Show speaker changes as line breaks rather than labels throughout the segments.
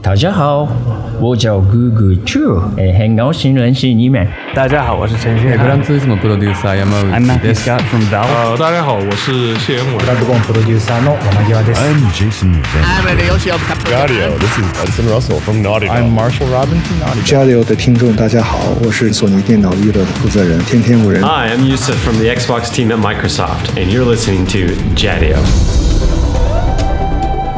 大家好，我叫 Google Chu，哎，很高兴认识你们。哎
大家好，我是陈旭
グランツーリスモプロデューサー山内
I'm Matthew
です。
Scott from Valve。
呃，大家好，我是谢元伟。
ドコンプロデューサーの山際です。
I'm Jason Van.
Audio. This is Hudson Russell from Naughty Dog.
Marshall Robinson.
Jadio 的听众，大家好，我是索尼电脑娱乐的负责人天天五人。
Hi, I'm Yusuf from the Xbox team at Microsoft, and you're listening to Jadio.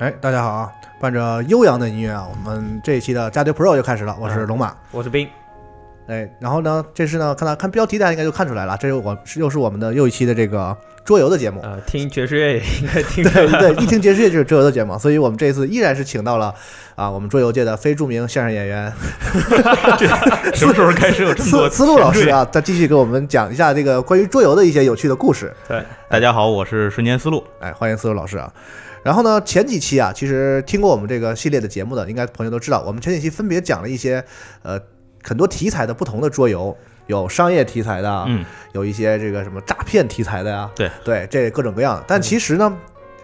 哎，大家好啊！伴着悠扬的音乐啊，我们这一期的加迪 Pro 就开始了。我是龙马，
嗯我是冰，
哎，然后呢，这是呢，看到看标题大家应该就看出来了，这是我是又是我们的又一期的这个桌游的节目。
嗯
呃，听爵士乐也应该听出
对
来。
对，一听爵士乐就是桌游的节目，所以我们这次依然是请到了啊，我们桌游界的非著名相声演员
什么时候开始有这么
思
多
思路老师啊，他继续给我们讲一下这个关于桌游的一些有趣的故事。
对，
大家好，我是瞬间思路。
哎，欢迎思路老师啊。然后呢，前几期啊，其实听过我们这个系列的节目的，应该朋友都知道，我们前几期分别讲了一些呃很多题材的不同的桌游，有商业题材的，
嗯，
有一些这个什么诈骗题材的呀、
对
对，这各种各样的。但其实呢，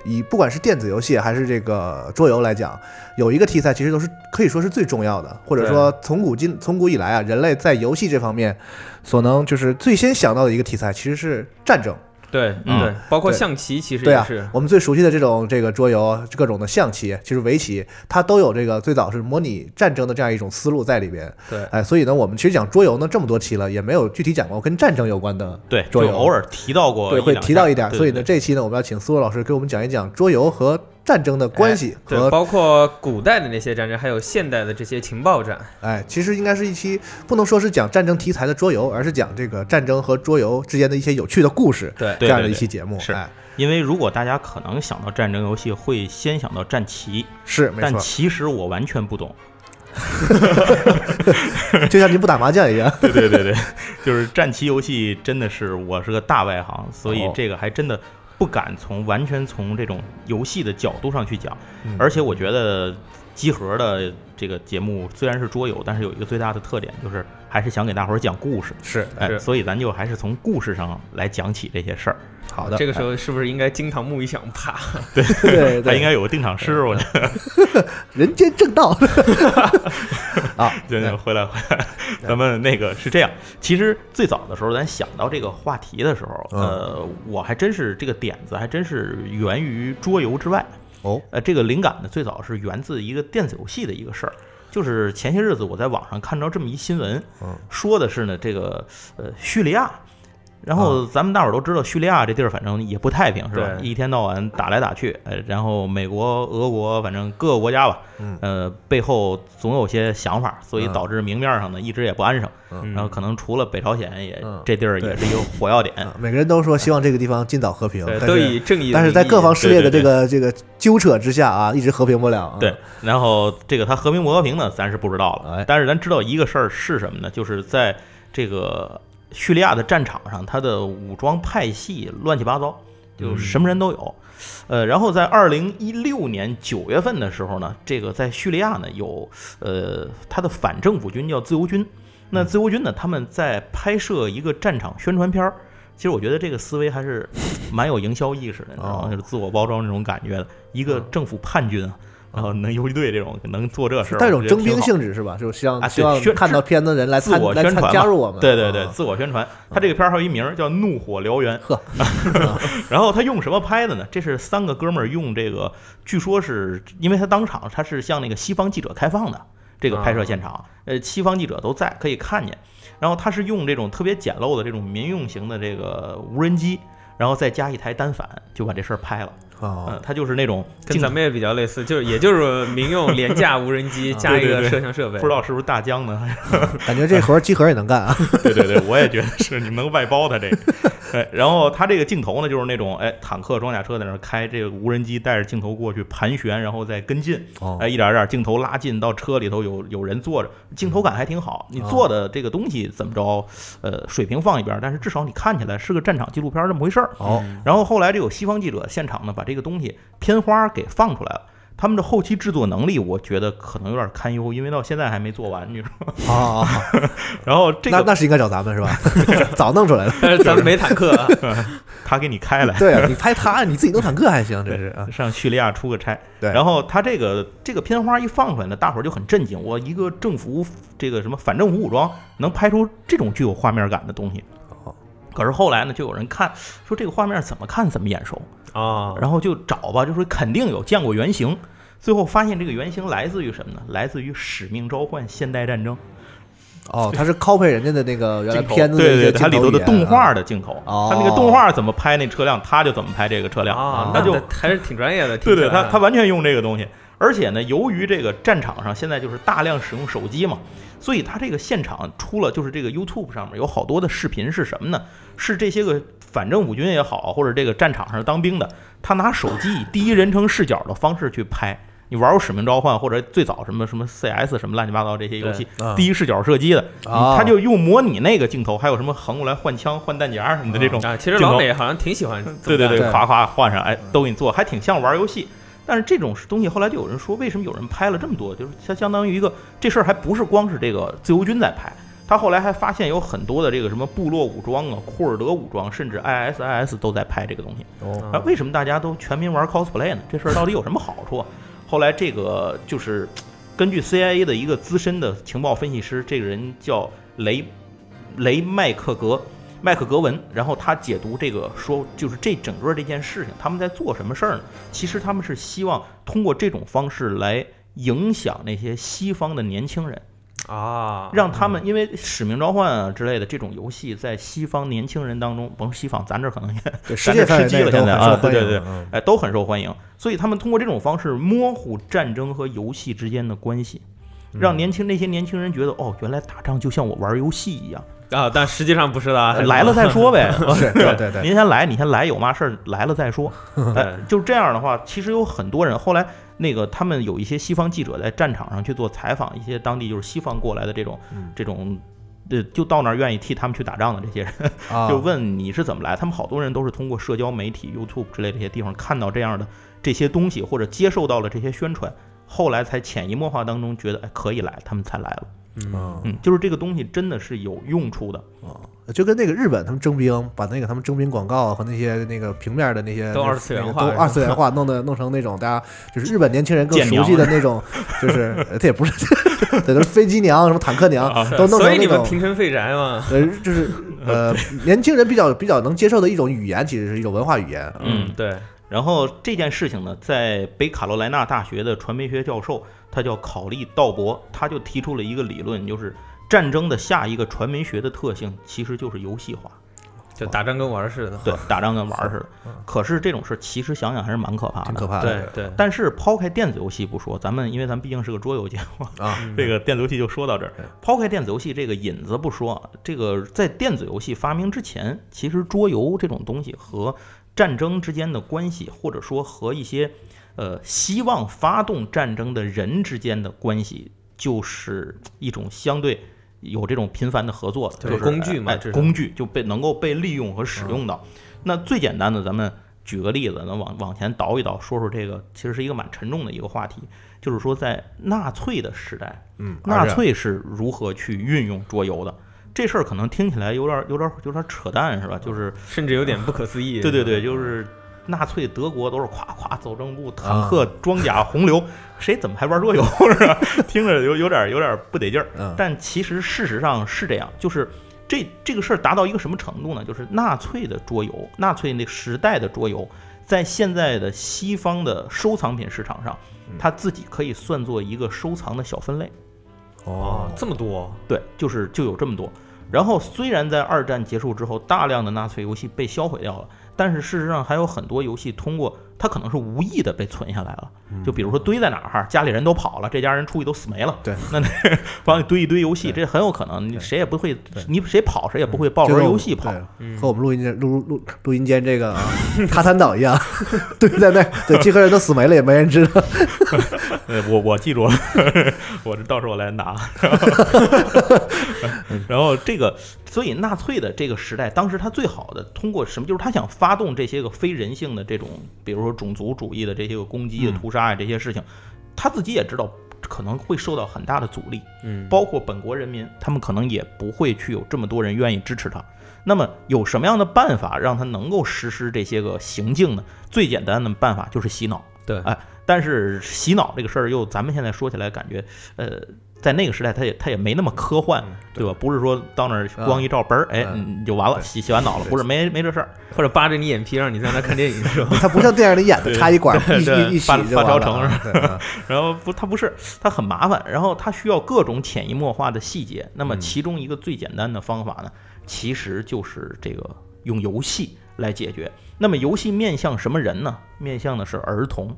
以不管是电子游戏还是这个桌游来讲，有一个题材其实都是可以说是最重要的，或者说从古今从古以来啊，人类在游戏这方面所能就是最先想到的一个题材，其实是战争。
对
嗯
对，包括
对
象棋其实
对
也
啊
是，，
我们最熟悉的这种这个桌游，各种的象棋，其实围棋，它都有这个最早是模拟战争的这样一种思路在里边。
对
哎，所以呢，我们其实讲桌游呢这么多期了，也没有具体讲过跟战争有关的
对，
桌
就
游，
偶尔提到过，
对会提到一点。
对
所以呢，
对
这一期呢，我们要请苏洛老师给我们讲一讲桌游和战争的关系
哎
哎对
和，
包括古代的那些战争，还有现代的这些情报战。
哎，其实应该是一期不能说是讲战争题材的桌游，而是讲这个战争和桌游之间的一些有趣的故事。
对
这
对
样的
对
一期节目，
是
哎，
因为如果大家可能想到战争游戏，会先想到战棋，
是没
但
错，
其实我完全 不懂。
就像您不打麻将一 样，
对对对对，就是战棋游戏真的是我是个大外行，所以
哦
这个还真的不敢从完全从这种游戏的角度上去讲。
嗯
而且我觉得集合的这个节目虽然是桌游，但是有一个最大的特点就是还是想给大伙儿讲故事。
是
哎，
是
所以咱就还是从故事上来讲起这些事儿，
好的
这个时候是不是应该惊堂木一响啪？
对
它
对
应。该有个定场诗，我觉得。
人间正 道啊，
对对，回来回来，咱们那个是这样。其实最早的时候，咱想到这个话题的时候，
嗯
呃，我还真是这个点子还真是源于桌游之外。
哦，
呃，这个灵感呢，最早是源自一个电子游戏的一个事儿，就是前些日子我在网上看到这么一新闻，
嗯
说的是呢，这个呃叙利亚，然后
啊
咱们大伙儿都知道叙利亚这地儿反正也不太平，是吧？
对
一天到晚打来打去，呃，然后美国、俄国，反正各个国家吧，
嗯
呃，背后总有些想法，所以
嗯
导致明面上呢一直也不安生，
嗯
然后可能除了北朝鲜也、
嗯
这地儿也是一个火药点，
啊每个人都说希望这个地方尽早和平，
对，
但
都
是
以正义的名义。
但是在各方势力的这
对对
个这个纠扯之下啊，一直和平不了。啊
对，，嗯然后这个它和平不和平呢，咱是不知道
哎
了。但是咱知道一个事儿是什么呢？就是在这个叙利亚的战场上，它的武装派系乱七八糟，就什么人都有。呃，然后在二零一六年九月份的时候呢，这个在叙利亚呢有呃，它的反政府军叫自由军。那自由军呢，他们在拍摄一个战场宣传片儿。其实我觉得这个思维还是蛮有营销意识的，你知道
哦嗯
吗？就是自我包装这种感觉的。一个政府叛军啊，然后能游击队这种能做这事
是
儿，
带一种
我觉得
征
挺
兵
好
性质是吧？就是希望
啊对
希望
宣
看到片子的人来
自
参
我
来
宣
参
传嘛
加入我们。
对对对，
啊
自我宣传。他这个片儿还有一名儿叫《怒火燎原》，
呵，
然后他用什么拍的呢？这是三个哥们儿用这个，据说是因为他当场他是向那个西方记者开放的这个拍摄现
啊
场，呃，西方记者都在可以看见。然后他是用这种特别简陋的这种民用型的这个无人机。然后再加一台单反就把这事儿拍了。
哦，
嗯，它就是那种
跟咱们也比较类似，就是也就是民用廉价无人
啊
机加一个摄像设备，
不知道是不是大疆呢？
感觉这活儿机核也能 干啊。
对对对，我也觉得是，你们能外包它这个。 哎，然后它这个镜头呢，就是那种哎，坦克装甲车在那儿开，这个无人机带着镜头过去盘旋，然后再跟进，
哦
哎，一点儿一点儿镜头拉近到车里头有有人坐着，镜头感还挺
哦
好。你做的这个东西怎么着，呃，水平放一边儿，但是至少你看起来是个战场纪录片儿这么回事儿。
哦，
然后后来这有西方记者现场呢，把这个东西片花给放出来了。他们的后期制作能力，我觉得可能有点堪忧，因为到现在还没做完，你说。
哦，哦
然后这
那
个
那是应该找咱们 是吧？早弄出来了。
但是咱们没坦克啊，
他给你开来，
对啊， 你拍他，你自己弄坦克还行，真是啊。
上叙利亚出个差。
对
然后他这个这个片花一放出来呢，大伙儿就很震惊。我一个政府这个什么反政府武装能拍出这种具有画面感的东西
哦。
可是后来呢，就有人看说这个画面怎么看怎么眼熟，
啊，
然后就找吧，就说肯定有见过原型。最后发现这个原型来自于什么呢？来自于《使命召唤：现代战争》
哦，他是 copy 人家的那个原来
镜头，
片子的
对
一些
对，它里头的
镜头语
动
言
画
啊
的镜头，
哦
它那个动画怎么拍那车辆，他就怎么拍这个车辆
啊，
那就
还是挺专业的。
对对，
听起来
他他完全用这个东西，而且呢，由于这个战场上现在就是大量使用手机嘛，所以他这个现场出了就是这个 YouTube 上面有好多的视频是什么呢？是这些个反政府军也好，或者这个战场上当兵的，他拿手机以第一人称视角的方式去拍。你玩过《使命召唤》或者最早什么什么 CS 什么乱七八糟这些游戏，
对啊
第一视角射击的，你
啊
他就用模拟那个镜头，还有什么横过来换枪、换弹夹什么的这种
啊，其实
镜头
老美好像挺喜欢这么干
对
的，
对对，
对
夸夸换上，哎，都给你做，还挺像玩游戏。但是这种东西后来就有人说，为什么有人拍了这么多？就是它相当于一个这事儿还不是光是这个自由军在拍，他后来还发现有很多的这个什么部落武装啊、库尔德武装，甚至 ISIS 都在拍这个东西。
哦
啊，为什么大家都全民玩 cosplay 呢？这事儿到底有什么好处啊？后来这个就是根据 CIA 的一个资深的情报分析师，这个人叫雷雷麦克格麦克格文，然后他解读这个说，就是这整个这件事情，他们在做什么事儿呢？其实他们是希望通过这种方式来影响那些西方的年轻人。
啊，
让他们因为《使命召唤》啊之类的这种游戏，在西方年轻人当中，甭说西方，咱这儿 可能也
对世
咱
界
这
范
吃
围
鸡
内都
了，
很
现在
受
啊，
欢
对
迎
对对
嗯，
哎，都很受欢迎。所以他们通过这种方式模糊战争和游戏之间的关系，
嗯
让年轻那些年轻人觉得，哦，原来打仗就像我玩游戏一样，
啊，但实际上不是的啊，还是
哎来了再说呗。
是对对对
您先来，你先来，有嘛事儿来了再 说。哎，就是这样的话，其实有很多人后来那个他们有一些西方记者在战场上去做采访，一些当地就是西方过来的这种
嗯
这种。呃，就到那儿愿意替他们去打仗的这些人，
啊，
就问你是怎么来。他们好多人都是通过社交媒体、YouTube 之类这些地方看到这样的这些东西，或者接受到了这些宣传，后来才潜移默化当中觉得，哎，可以来，他们才来了。
嗯
嗯，就是这个东西真的是有用处的。
就跟那个日本他们征兵，把那个他们征兵广告啊和那些那个平面的那些
都
那个
二次元
那个
化
都
是吧
二次元化，弄的弄成那种大家就是日本年轻人更
舰
熟
娘
悉的那种，就是 呃这也不是，对，都是飞机娘、什么坦克娘，都弄
啊所以
成
你
那
们
种。
平城废宅嘛，
呃，就是呃，年轻人比较比较能接受的一种语言，其实是一种文化语言。啊
嗯
对，
然后这件事情呢，在北卡罗来纳大学的传媒学教授，他叫考利道伯，他就提出了一个理论，就是战争的下一个传媒学的特性其实就是游戏化，
就打仗跟玩儿似的，
对，打仗跟玩儿似的。可是这种事其实想想还是蛮可怕
嗯挺
的，
可怕的
对对，
但是抛开电子游戏不说，咱们因为咱们毕竟是个桌游节目
啊，
这个电子游戏就说到这儿
对。
抛开电子游戏这个引子不说，啊，这个在电子游戏发明之前，其实桌游这种东西和战争之间的关系，或者说和一些呃希望发动战争的人之间的关系，就是一种相对。有这种频繁的合作的，
就
就是是
工具嘛嗯
哎
这是
工具就被能够被利用和使用到。那最简单的，咱们举个例子，能往往前倒一倒，说说这个其实是一个蛮沉重的一个话题，就是说在纳粹的时代，
嗯，
纳
而且
粹是如何去运用桌游的。这事儿可能听起来有点、有点、有点扯淡，是吧？就是
甚至有点不可思议。
对对对，就是纳粹德国都是夸夸走正步、坦克、装甲、洪流，谁怎么还玩桌游 是吧？听着有有点有点不得劲儿。
嗯
但其实事实上是这样，就是这这个事儿达到一个什么程度呢？就是纳粹的桌游，纳粹那时代的桌游，在现在的西方的收藏品市场上，它自己可以算作一个收藏的小分类。
哦
哦，，
这么多
对，就是就有这么多。然后虽然在二战结束之后，大量的纳粹游戏被销毁掉了，但是事实上还有很多游戏通过它可能是无意的被存下来了，
嗯
就比如说堆在哪儿，家里人都跑了，这家人出去都死没了，
对，
那 帮你堆一堆游戏，这很有可能，你谁也不会，你谁跑谁也不会抱着
就
玩
是我
游
们
戏跑
对。
嗯
和我们录音间录录录音间这个啊卡坦岛一样， 对，在那对这个人都死没了，也没人知道。
呃，我我记住了， 我这到时候我来拿。然后这个，所以纳粹的这个时代，当时他最好的通过什么？就是他想发动这些个非人性的这种，比如说种族主义的这些个攻击、屠杀啊这些事情，他自己也知道可能会受到很大的阻力。
嗯，
包括本国人民，他们可能也不会去有这么多人愿意支持他。那么有什么样的办法让他能够实施这些个行径呢？最简单的办法就是洗脑。
对
哎，但是洗脑这个事儿又咱们现在说起来感觉，呃，在那个时代它也它也没那么科幻，
嗯
对吧？不是说到那儿光一照本儿，哎，你就完了，洗洗完脑了，不是没没这事儿。
或者扒着你眼皮让你在那看电影是 吧？
他不像电影里演的，插一管
对
一
对
一一
发
洗就完
发
了
烧成
啊。对啊
然后不，它不是，它很麻烦，然后它需要各种潜移默化的细节。那
嗯
么其中一个最简单的方法呢，其实就是这个用游戏来解决。那么游戏面向什么人呢？面向的是儿童。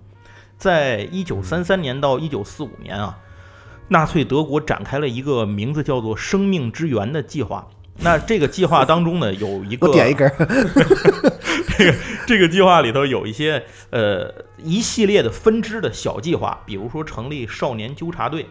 在一九三三年到一九四五年啊，纳粹德国展开了一个名字叫做“生命之源”的计划。那这个计划当中呢，有一
给
个
我点一根儿，
这个计划里头有一些呃一系列的分支的小计划，比如说成立少年纠察队，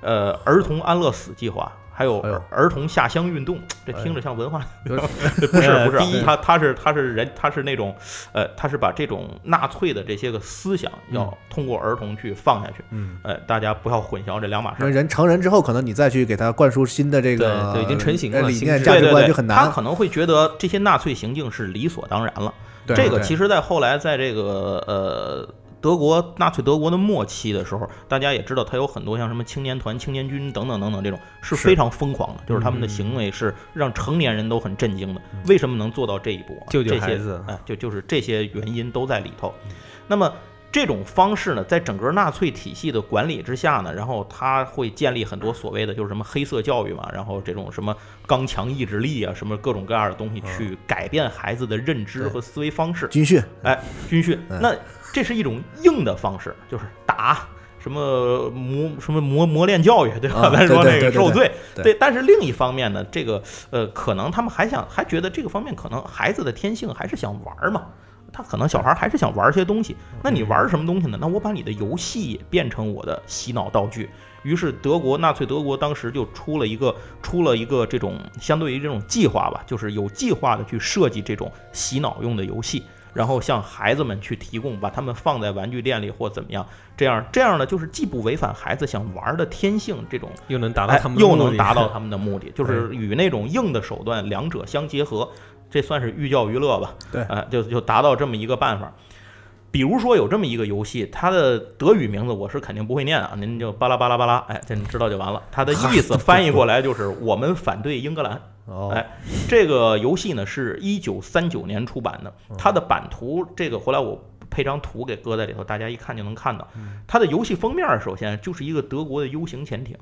呃儿童安乐死计划，还有
哎呦哎
儿童下乡运动。这听着像 文化，
有点
不是不是
第一
哎
啊，他他是他是人他是那种呃他是把这种纳粹的这些个思想
嗯
要通过儿童去放下去。
嗯，
呃，大家不要混淆这两码事
因
儿
为。人成人之后，可能你再去给他灌输新的这个
对对已经成型了
呃理
心
念、
智
价
对
值
对
观
对，
就很
他
难。
可能会觉得这些纳粹行径是理所当然了。
对
这个其
对
实，在后来，在这个呃德国纳粹德国的末期的时候，大家也知道，它有很多像什么青年团、青年军等等等等这种是非常疯狂的，就是他们
嗯
的行为是让成年人都很震惊的。为什么能做到这一步啊？
救救
这些
孩子
哎，就就是这些原因都在里头。
嗯
那么。这种方式呢，在整个纳粹体系的管理之下呢，然后它会建立很多所谓的就是什么黑色教育嘛，然后这种什么刚强意志力啊，什么各种各样的东西去改变孩子的认知
对
和思维方式。
军训
哎，军训，
嗯
那这是一种硬的方式，就是打什么磨什么磨磨练教育，对吧？
啊
咱说
对对
那
对
个
对
受罪，
对
但是另一方面呢，这个呃，可能他们还想还觉得这个方面可能孩子的天性还是想玩儿嘛。他可能小孩还是想玩儿些东西，那你玩儿什么东西呢？那我把你的游戏也变成我的洗脑道具。于是德国纳粹德国当时就出了一个出了一个这种相对于这种计划吧，就是有计划的去设计这种洗脑用的游戏。然后向孩子们去提供，把他们放在玩具店里或怎么样，这样这样呢，就是既不违反孩子想玩的天性这种，
又能达到
哎
他们，
又能达 到，他们的目的，就是与那种硬的手段两者相结合，这算是寓教于乐吧？
对
哎、就就达到这么一个办法。比如说有这么一个游戏，它的德语名字我是肯定不会念啊，您就巴拉巴拉巴拉，哎，这你知道就完了。它的意思翻译过来就是我们反对英格兰。
哦，
哎这个游戏呢是一九三九年出版的，它的版图这个回来我配张图给搁在里头，大家一看就能看到。它的游戏封面儿首先就是一个德国的 U 型潜艇，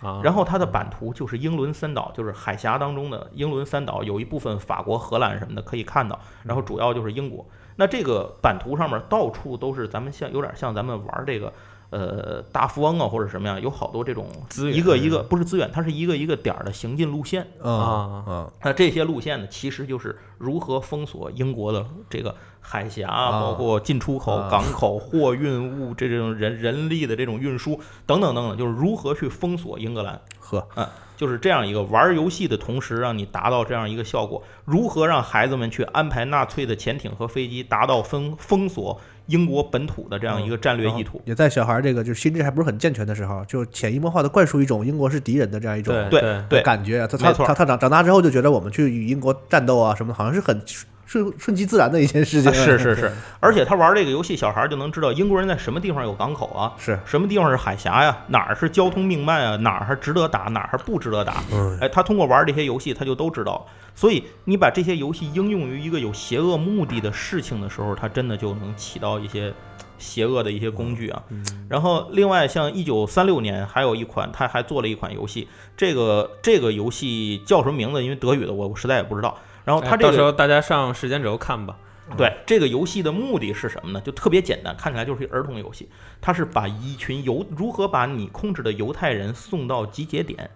啊
然后它的版图就是英伦三岛，就是海峡当中的英伦三岛，有一部分法国、荷兰什么的可以看到，
嗯
然后主要就是英国。那这个版图上面到处都是咱们像有点像咱们玩这个呃大富翁啊或者什么呀，有好多这种
资源
一个一个不是资源，它是一个一个点儿的行进路线。
嗯
啊，
嗯，
那这些路线呢，其实就是如何封锁英国的这个海峡，
啊
包括进出口、
啊
港口、货运物这种人人力的这种运输等等等等，就是如何去封锁英格兰。
呵，
嗯，就是这样一个玩儿游戏的同时，让你达到这样一个效果。如何让孩子们去安排纳粹的潜艇和飞机，达到封封锁英国本土的这样一个战略意图？
也在小孩这个就是心智还不是很健全的时候，就潜移默化的灌输一种英国是敌人的这样一种
对
对对，
感觉啊。他
没
他
错
他他长长大之后就觉得我们去与英国战斗啊什么的，好像是很顺顺其自然的一件事情。
啊是是是， 而且他玩这个游戏，小孩儿就能知道英国人在什么地方有港口啊，
是
什么地方是海峡呀、哪儿是交通命脉啊，哪儿还值得打，哪儿还不值得打。哎，他通过玩这些游戏，他就都知道了。所以你把这些游戏应用于一个有邪恶目的的事情的时候，它真的就能起到一些邪恶的一些工具啊。然后另外像一九三六年还有一款，他还做了一款游戏，这个这个游戏叫什么名字？因为德语的我我实在也不知道。然后
哎
它哦这
到时
个
候大家上时间轴看吧。
嗯
对这个游戏的目的是什么呢？就特别简单，看起来就是一儿童游戏。它是把一群犹如何把你控制的犹太人送到集结点。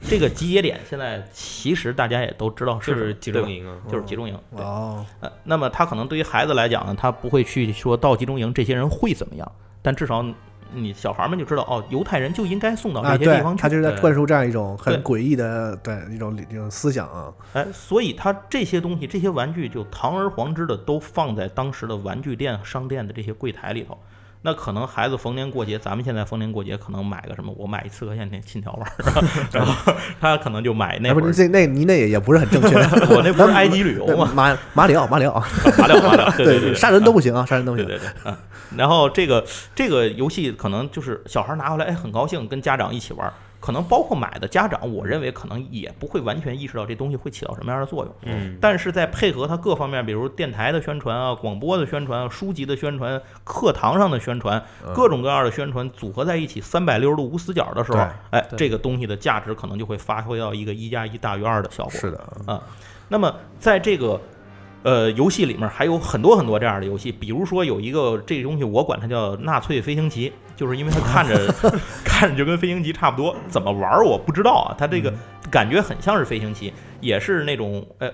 这个集结点现在其实大家也都知道
就是
什么
是集中，营啊，
嗯
对吧就是集中营。对
哦，
呃，那么他可能对于孩子来讲呢，他不会去说到集中营这些人会怎么样，但至少你小孩们就知道哦，犹太人就应该送到
啊，
这些
对
地方，去。
他就是在
对
灌输这样一种很
对
诡异的对一种理一种思想啊。
哎，所以他这些东西、这些玩具就堂而皇之的都放在当时的玩具店、商店的这些柜台里头。那可能孩子逢年过节，咱们现在逢年过节可能买个什么，我买一刺客信条信条玩儿， 然后他可能就买那
哎不
会儿
是，这那你那也也不是很正确。
我那不是埃及旅游
那
嘛，
马马里奥，马里奥，
麻料麻 料，对对对，
杀人都不行啊，杀人都不行。
对对对，嗯。然后这个这个游戏可能就是小孩拿回来，哎，很高兴，跟家长一起玩儿。可能包括买的家长，我认为可能也不会完全意识到这东西会起到什么样的作用。
嗯，
但是在配合它各方面，比如电台的宣传啊、广播的宣传啊、书籍的宣传、课堂上的宣传，
嗯
各种各样的宣传组合在一起，三百六十度无死角的时候
对，
哎，
对
这个东西的价值可能就会发挥到一个一加一大于二的效果。嗯
是的，
那么在这个呃游戏里面还有很多很多这样的游戏，比如说有一个这个东西，我管它叫纳粹飞行棋，就是因为它看着 看着就跟飞行棋差不多，怎么玩儿我不知道啊，它这
嗯
个感觉很像是飞行棋，也是那种呃。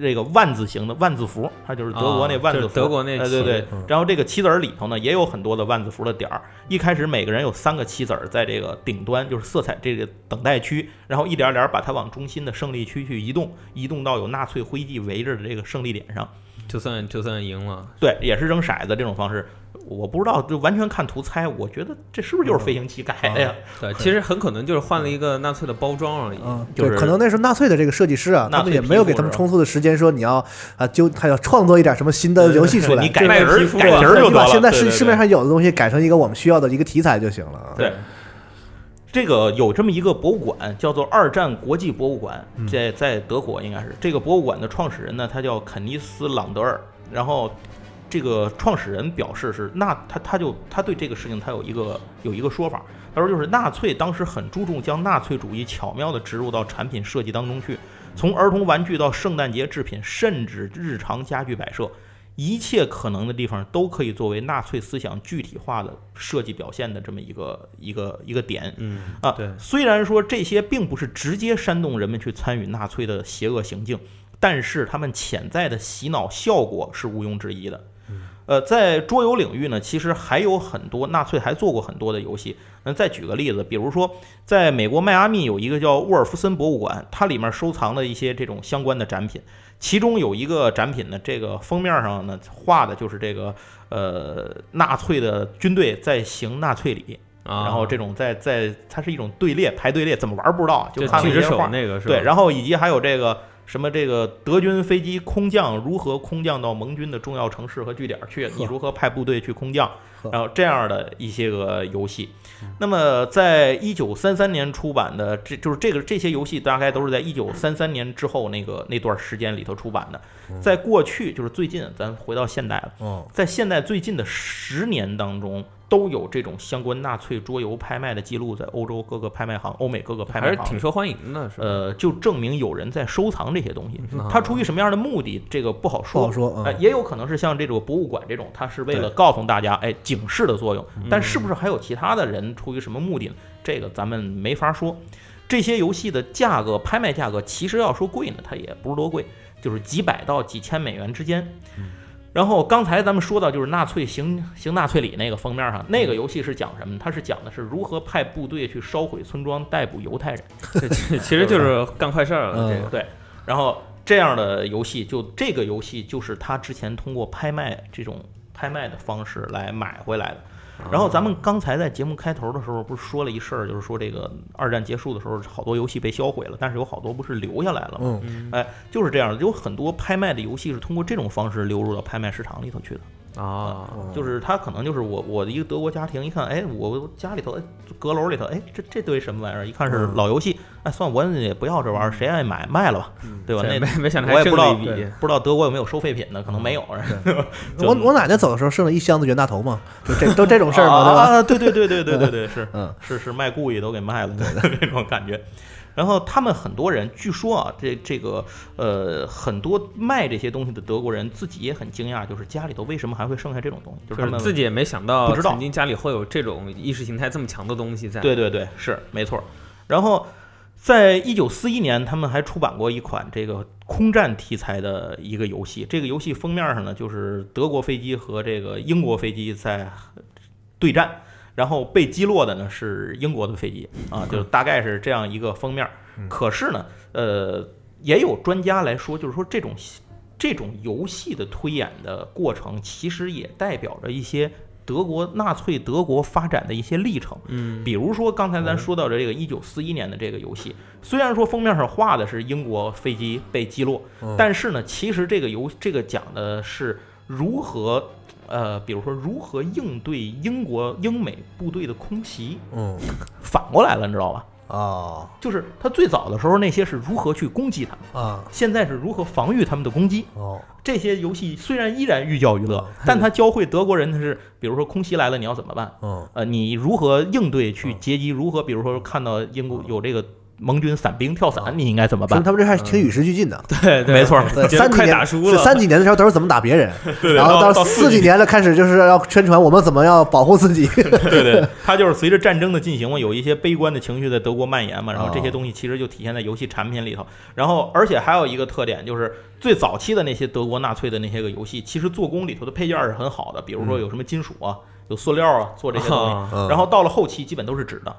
这个万字形的万字符，它就是德国那
啊
万字符，
就是德国那
哎对
棋
对。然后这个棋子儿里头呢，也有很多的万字符的点儿。一开始每个人有三个棋子儿在这个顶端，就是色彩这个等待区，然后一点儿点儿把它往中心的胜利区去移动，移动到有纳粹徽记围着的这个胜利点上。
就算就算赢了，
对，也是扔骰子这种方式，我不知道，就完全看图猜。我觉得这是不是就是飞行棋改的呀？
对，其实很可能就是换了一个纳粹的包装而已。
嗯，
就
对，
是
可能那时候纳粹的这个设计师啊，
纳
他
粹
们也没有给他们充足的时间，说你要啊，就还要创作一点什么新的游戏出来。
你改
这
名
卖
儿
皮肤
改
啊
名儿就
你
得
把
了。
现在
对
市
对
市面
对
上有的东西改成一个我们需要的一个题材就行了啊。
对，这个有这么一个博物馆，叫做二战国际博物馆，
嗯
在在德国应该是这个博物馆的创始人呢，他叫肯尼斯·朗德尔。然后这个创始人表示是纳他他就他对这个事情他有一个有一个说法，他说就是纳粹当时很注重将纳粹主义巧妙地植入到产品设计当中去，从儿童玩具到圣诞节制品，甚至日常家具摆设。一切可能的地方都可以作为纳粹思想具体化的设计表现的这么一个一个一个点
嗯，
啊。
对
虽然说这些并不是直接煽动人们去参与纳粹的邪恶行径，但是他们潜在的洗脑效果是毋庸置疑的。呃，在桌游领域呢，其实还有很多纳粹还做过很多的游戏。那再举个例子，比如说，在美国迈阿密有一个叫沃尔夫森博物馆，它里面收藏了一些这种相关的展品。其中有一个展品呢，这个封面上呢画的就是这个呃纳粹的军队在行纳粹礼，
啊，
然后这种在在它是一种队列排队列，怎么玩不知道啊，
就
看了
举
一
着
些
手
画。
那个是吧？
对，然后以及还有这个什么这个德军飞机空降如何空降到盟军的重要城市和据点去，你如何派部队去空降，然后这样的一些个游戏。那么，在一九三三年出版的，这就是这个这些游戏大概都是在一九三三年之后那个那段时间里头出版的。
嗯
在过去，就是最近，咱回到现代了，
嗯，
在现代最近的十年当中，都有这种相关纳粹桌游拍卖的记录，在欧洲各个拍卖行、欧美各个拍
还
卖
是
行
挺受欢迎的，是吧？
呃，就证明有人在收藏这些东西
嗯。
他出于什么样的目的，这个不好说。
不好说嗯
哎也有可能是像这种博物馆这种，它是为了告诉大家，哎，警示的作用。
嗯
但是不是还有其他的人出于什么目的呢？这个咱们没法说。这些游戏的价格，拍卖价格其实要说贵呢，它也不是多贵，就是几百到几千美元之间。然后刚才咱们说到，就是纳粹行行纳粹礼那个封面上，那个游戏是讲什么？它是讲的是如何派部队去烧毁村庄、逮捕犹太人。
这这其实就是干坏事儿了，这
嗯
个
对，然后这样的游戏就这个游戏就是他之前通过拍卖这种拍卖的方式来买回来的。然后咱们刚才在节目开头的时候不是说了一事儿，就是说这个二战结束的时候，好多游戏被销毁了，但是有好多不是留下来了吗？嗯，哎，就是这样的，有很多拍卖的游戏是通过这种方式流入到拍卖市场里头去的。
啊，
就是他可能就是我我的一个德国家庭，一看，哎，我家里头，哎，阁楼里头，哎，这这堆什么玩意儿？一看
嗯
是老游戏，哎，算我也不要这玩意儿，谁爱买卖了吧，
嗯
对吧？那
这没没想到
我
还
也不
挣
知道
了一笔，
不知道德国有没有收废品的，可能没有。
嗯
就
我我奶奶走的时候剩了一箱子袁大头嘛，就 这都这种事儿嘛，对吧？
啊，对对对对对 对对，是，
嗯
是是卖故意都给卖了 那种感觉。然后他们很多人，据说啊，这这个呃，很多卖这些东西的德国人自己也很惊讶，就是家里头为什么还会剩下这种东西，就是
就
他
是
们
自己也没想到，
不知道
曾经家里会有这种意识形态这么强的东西在。
对对对，是没错儿。然后，在一九四一年，他们还出版过一款这个空战题材的一个游戏。这个游戏封面上呢，就是德国飞机和这个英国飞机在对战，然后被击落的呢是英国的飞机啊，就大概是这样一个封面儿。可是呢，呃，也有专家来说，就是说这种这种游戏的推演的过程，其实也代表着一些德国纳粹德国发展的一些历程。
嗯，
比如说刚才咱说到的这个一九四一年的这个游戏，虽然说封面上画的是英国飞机被击落，但是呢，其实这个游这个讲的是如何。呃，比如说如何应对英国英美部队的空袭，
嗯，
反过来了，你知道吧？
哦
就是他最早的时候那些是如何去攻击他们，
啊
现在是如何防御他们的攻击。
哦，
这些游戏虽然依然寓教于乐，但它教会德国人的是，比如说空袭来了你要怎么办，
嗯
呃，你如何应对去截击，如何比如说看到英国有这个盟军伞兵跳伞，你应该怎么
说明嗯
办？
他们这还挺与时俱进 的。
对对，
没错儿
对，
觉得
三几
快
年
打输
是
了
三几年的时候都是怎么打别人，
对
然后
到
到
到
四几年了开始就是要宣传我们怎么要保护 自己。
对对，它就是随着战争的进行嘛，有一些悲观的情绪在德国蔓延嘛，然后这
哦
些东西其实就体现在游戏产品里头。然后，而且还有一个特点就是，最早期的那些德国纳粹的那些个游戏，其实做工里头的配件是很好的，比如说有什么金属啊。有塑料啊，做这些东西，
嗯
然后到了后期基本都是纸的，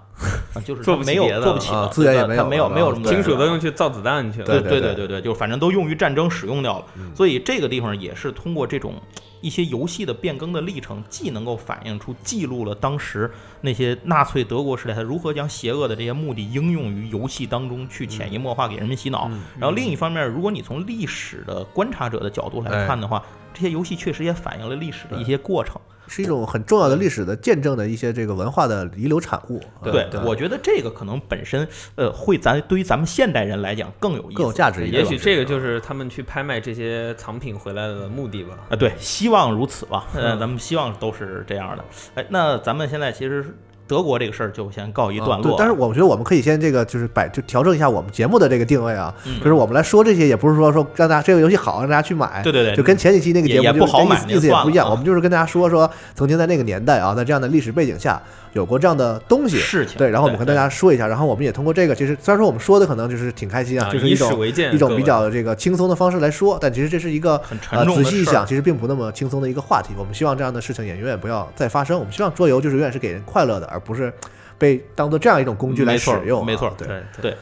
啊就 是它
做不起
没有
别的
做不起
了
了，
啊资源也
它
没
它
有
没
了
有没有
啊
什么
金属都
用。
用去造子弹去了。
对
对
对
对嗯
对，就反正都用于战争使用掉了。所以这个地方也是通过这种一些游戏的变更的历程，既能够反映出、记录了当时那些纳粹德国时代他如何将邪恶的这些目的应用于游戏当中，去
嗯
潜移默化给人们洗脑。然后另一方面，如果你从历史的观察者的角度
哎
来看的话，这些游戏确实也反映了历史的一些过程。
是一种很重要的历史的见证的一些这个文化的遗留产物。啊
对，我觉得这个可能本身，呃，会咱对于咱们现代人来讲更有意思、
更有价值一
也
点。
许这个就是他们去拍卖这些藏品回来的目的吧。
啊，对，希望如此吧。
嗯
呃，咱们希望都是这样的。哎，那咱们现在其实德国这个事儿就先告一段
啊对
落。，
但是我觉得我们可以先这个就是摆就调整一下我们节目的这个定位啊，
嗯
就是我们来说这些也不是说说让大家这个游戏好让大家去买，
对对对
就跟前几期那个节目
也也
就
不好买
意思意思也
那就
不一样，
算了啊
我们就是跟大家说说曾经在那个年代啊，在这样的历史背景下有过这样的东西
事情
对，然后我们
对
跟大家说一下，然后我们也通过这个，其实虽然说我们说的可能就是挺开心啊，
啊
就是
以
一
史
种
为鉴，
一种
各位
比较这个轻松的方式来说，但其实这是一个
很沉
呃
重
仔
的
细一
事儿
想，其实并不那么轻松的一个话题。我们希望这样的事情也永远不要再发生。我们希望桌游就是永远是给人快乐的，而不是被当做这样一种工具来
嗯没
使
错
用啊。
没错
对，
对
对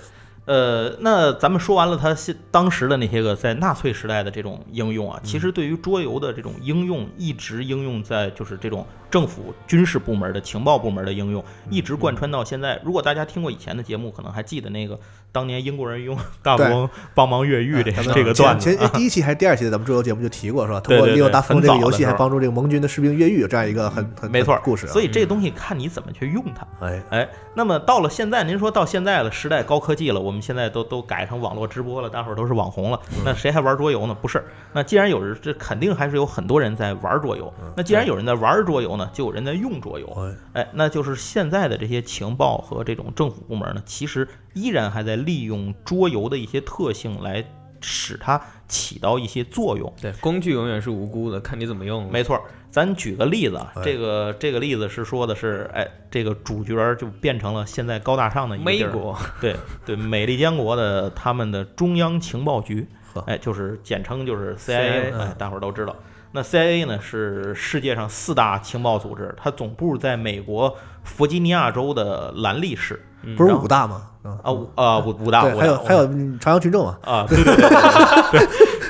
呃，那咱们说完了它现当时的那些个在纳粹时代的这种应用啊，其
嗯
实对于桌游的这种应用，一直应用在就是这种政府军事部门的情报部门的应用，一直
嗯
贯穿到现在。如果大家听过以前的节目，可能还记得那个当年英国人用 大富
对
翁帮忙越狱这
咱们
这个段子
前前
啊。
第一期还是第二期，咱们桌游节目就提过，是吧？通
对
过
对
利用
对
达芬
很
这个
早
游
的
戏，
时
还
候嗯
帮助这个盟军的士兵越狱，有这样一个很很
没错
很，故事啊。
所以这东西看你怎么去用它。
哎，
哎，那么到了现在，您说到现在了，时代高科技了，我们现在都都改成网络直播了，大伙儿都是网红了，
嗯
那谁还玩桌游呢？不是，那既然有人，这肯定还是有很多人在玩桌游。
嗯
那
哎
既然有人在玩桌游呢，就有人在用桌游。哎，那就是现在的这些情报和这种政府部门呢，其实依然还在利用桌游的一些特性来使它起到一些作用。
对工具永远是无辜的，看你怎么
嗯
用。
没错儿，咱举个例子啊，
哎
这个这个例子是说的是，哎，这个主角儿就变成了现在高大上的一个地
美
儿
国，
对对，美利坚国的他们的中央情报局
呵，嗯
哎，就是简称就是
CIA
CIA，哎，大伙儿都知道。那 CIA 呢是世界上四大情报组织，它总部在美国弗吉尼亚州的兰利市
不是
然后
五嗯大吗？啊，
啊五啊五五大
对，
五
还有
大
还有嗯朝阳群众啊，
啊，对对对对对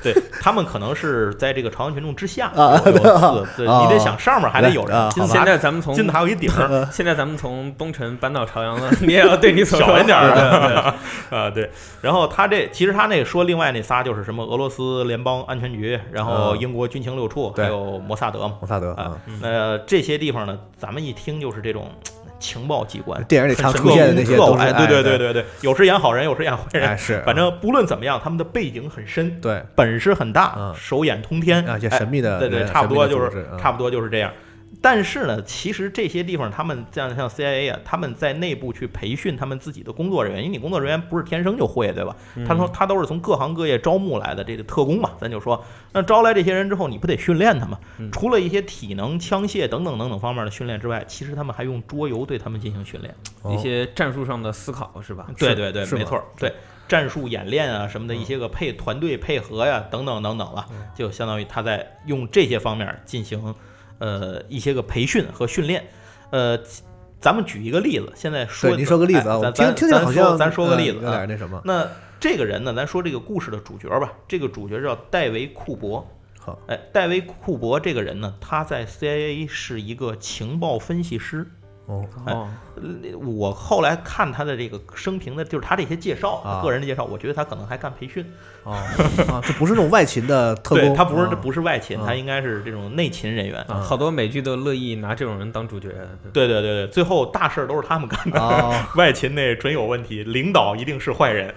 对，对他们可能是在这个朝阳群众之下
啊
有有四，对
啊
你得想上面还得有人
啊，
金字
现
塔
在咱们从
金字塔有一顶 儿，
现在咱们从东城搬到朝阳了，你也要对你所说
小一点儿
的
的，啊对。然后他这其实他那个说另外那仨就是什么俄罗斯联邦安全局，然后
嗯
英国军情六处，
对
还有摩萨德嘛。
摩萨德
啊
啊，
那这些地方呢，咱们一听就是这种情报机关，
电影里常
很
出现的那些
特务
都是
哎，对
哎
对
对
对对对，有时演好人，有时演坏
哎
人，
是，
反正不论怎么样，他们的背景很深，
嗯对
本事很大
嗯，
手眼通天，
啊一些
哎
神秘的
对对，
人
差不多就
神秘的
是
组织嗯
差不多就是这样。但是呢，其实这些地方他们像像 CIA 啊，他们在内部去培训他们自己的工作人员，因为你工作人员不是天生就会，对吧？他
嗯
说他都是从各行各业招募来的这个特工嘛，咱就说，那招来这些人之后，你不得训练他们？
嗯
除了一些体能、枪械等等等等方面的训练之外，其实他们还用桌游对他们进行训练。
一些战术上的思考是吧？
对对对，
啊是
没
吗嗯
错儿，对战术演练啊什么的一些个配团队配合呀、等等等等了，
嗯
就相当于他在用这些方面进行呃一些个培训和训练，呃。咱们举一个例子，现在说
对，您说个例子啊，
哎
我
咱
听
咱
听着
咱
好
说
像
咱说个
嗯
例子
有
啊
点，那什么，
那这个人呢，咱说这个故事的主角吧，这个主角叫戴维·库珀。
好，
哎，戴维·库珀这个人呢，他在 CIA 是一个情报分析师。
哦，
哦，
呃我后来看他的这个生平的，就是他这些介绍，
啊
个人的介绍，我觉得他可能还干培训。
哦，
哎
啊这不是那种外勤的特
对
工，
他不是、
啊
这不是外勤，
啊
他应该是这种内勤人员。
啊，好多美剧都乐意拿这种人当主角。
对对对对，最后大事儿都是他们干的。
哦
外勤那准有问题，领导一定是坏人，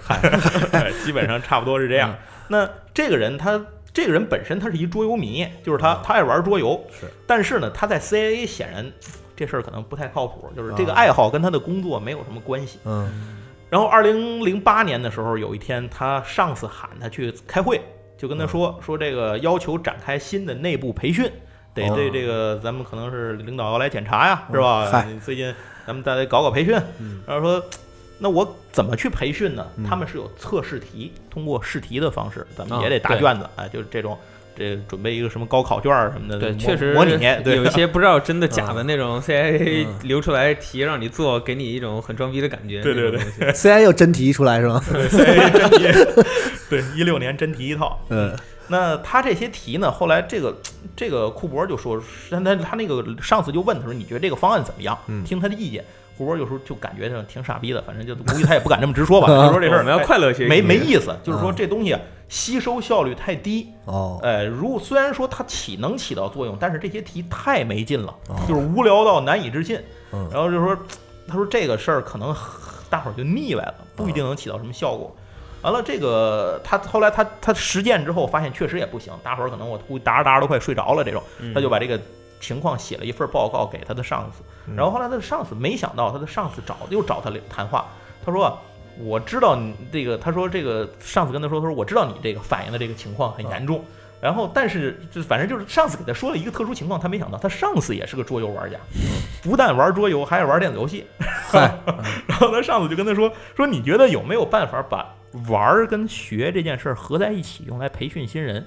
哎 基本上差不多是这
嗯
样。那这个人他这个人本身他是一桌游迷，就是他他爱玩桌游，
啊是，
但是呢，他在 CIA 显然这事儿可能不太靠谱，就是这个
啊
爱好跟他的工作没有什么关系。
嗯
然后二零零八年的时候，有一天他上司喊他去开会，就跟他说
嗯
说这个要求展开新的内部培训，得
哦
对这个咱们可能是领导要来检查
嗯
呀，是吧
嗨？
你最近咱们再来搞搞培训。然后说。那我怎么去培训呢？
嗯
他们是有测试题，通过试题的方式，咱们也得答
啊对
卷子，哎，就是这种，这准备一个什么高考卷儿什么的，
对，
呃模
确实
模拟，对，嗯
有一些不知道真的假的那种 CIA 留出来题让你做，给你一种很装逼的感觉。
对对对
对，
，CI 又真题出来 是吗？
真题，对，一六年真题一套。
嗯，
那他这些题呢，后来这个这个库珀就说，他他他那个上司就问他说，你觉得这个方案怎么样？
嗯
听他的意见。库珀有时候就感觉这挺傻逼的，反正就估计他也不敢这么 直说吧，他就说这事
我
儿
们要快乐学习，
没没意思，就是说这东西啊吸收效率太低。
嗯哦，
呃，如虽然说它起能起到作用，但是这些题太没劲了，就是无聊到难以置信。
哦嗯
然后就说，他说这个事儿可能大伙儿就腻歪了，不一定能起到什么效果。完了，这个他后来他他实践之后发现确实也不行，大伙儿可能我估计答着答着都快睡着了这种，他就把这个情况写了一份报告给他的上司。然后后来他的上司没想到，他的上司找又找他谈话，他说啊。我知道你这个，他说这个上司跟他说，他说我知道你这个反映的这个情况很严重，然后但是就反正就是上司给他说了一个特殊情况，他没想到他上司也是个桌游玩家，不但玩桌游，还爱玩电子游戏。 然后他上司就跟他说说你觉得有没有办法把玩儿跟学这件事儿合在一起，用来培训新人？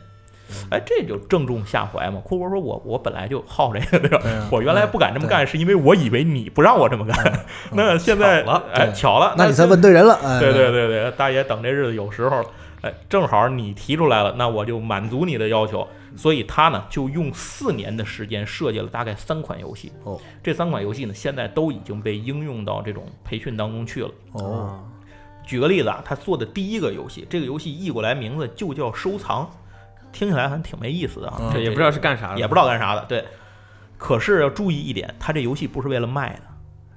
哎，这就正中下怀嘛。库珀说我我本来就好这个，对吧？ 我原来不敢这么干，是因为我以为你不让我这么干。 那现在
巧了
哎，
对
巧了，
那你才
现
问对人 了，
嗯
哎
对对对对，大爷等这日子有时候了，哎，正好你提出来了，那我就满足你的要求。所以他呢，就用四年的时间设计了大概三款游戏。
哦，
这三款游戏呢，现在都已经被应用到这种培训当中去了。
哦，
举个例子啊，他做的第一个游戏，这个游戏译过来名字就叫收藏，听起来还挺没意思的啊，
这也不知道是干啥的，
也不知道干啥的。对，可是要注意一点，他这游戏不是为了卖的。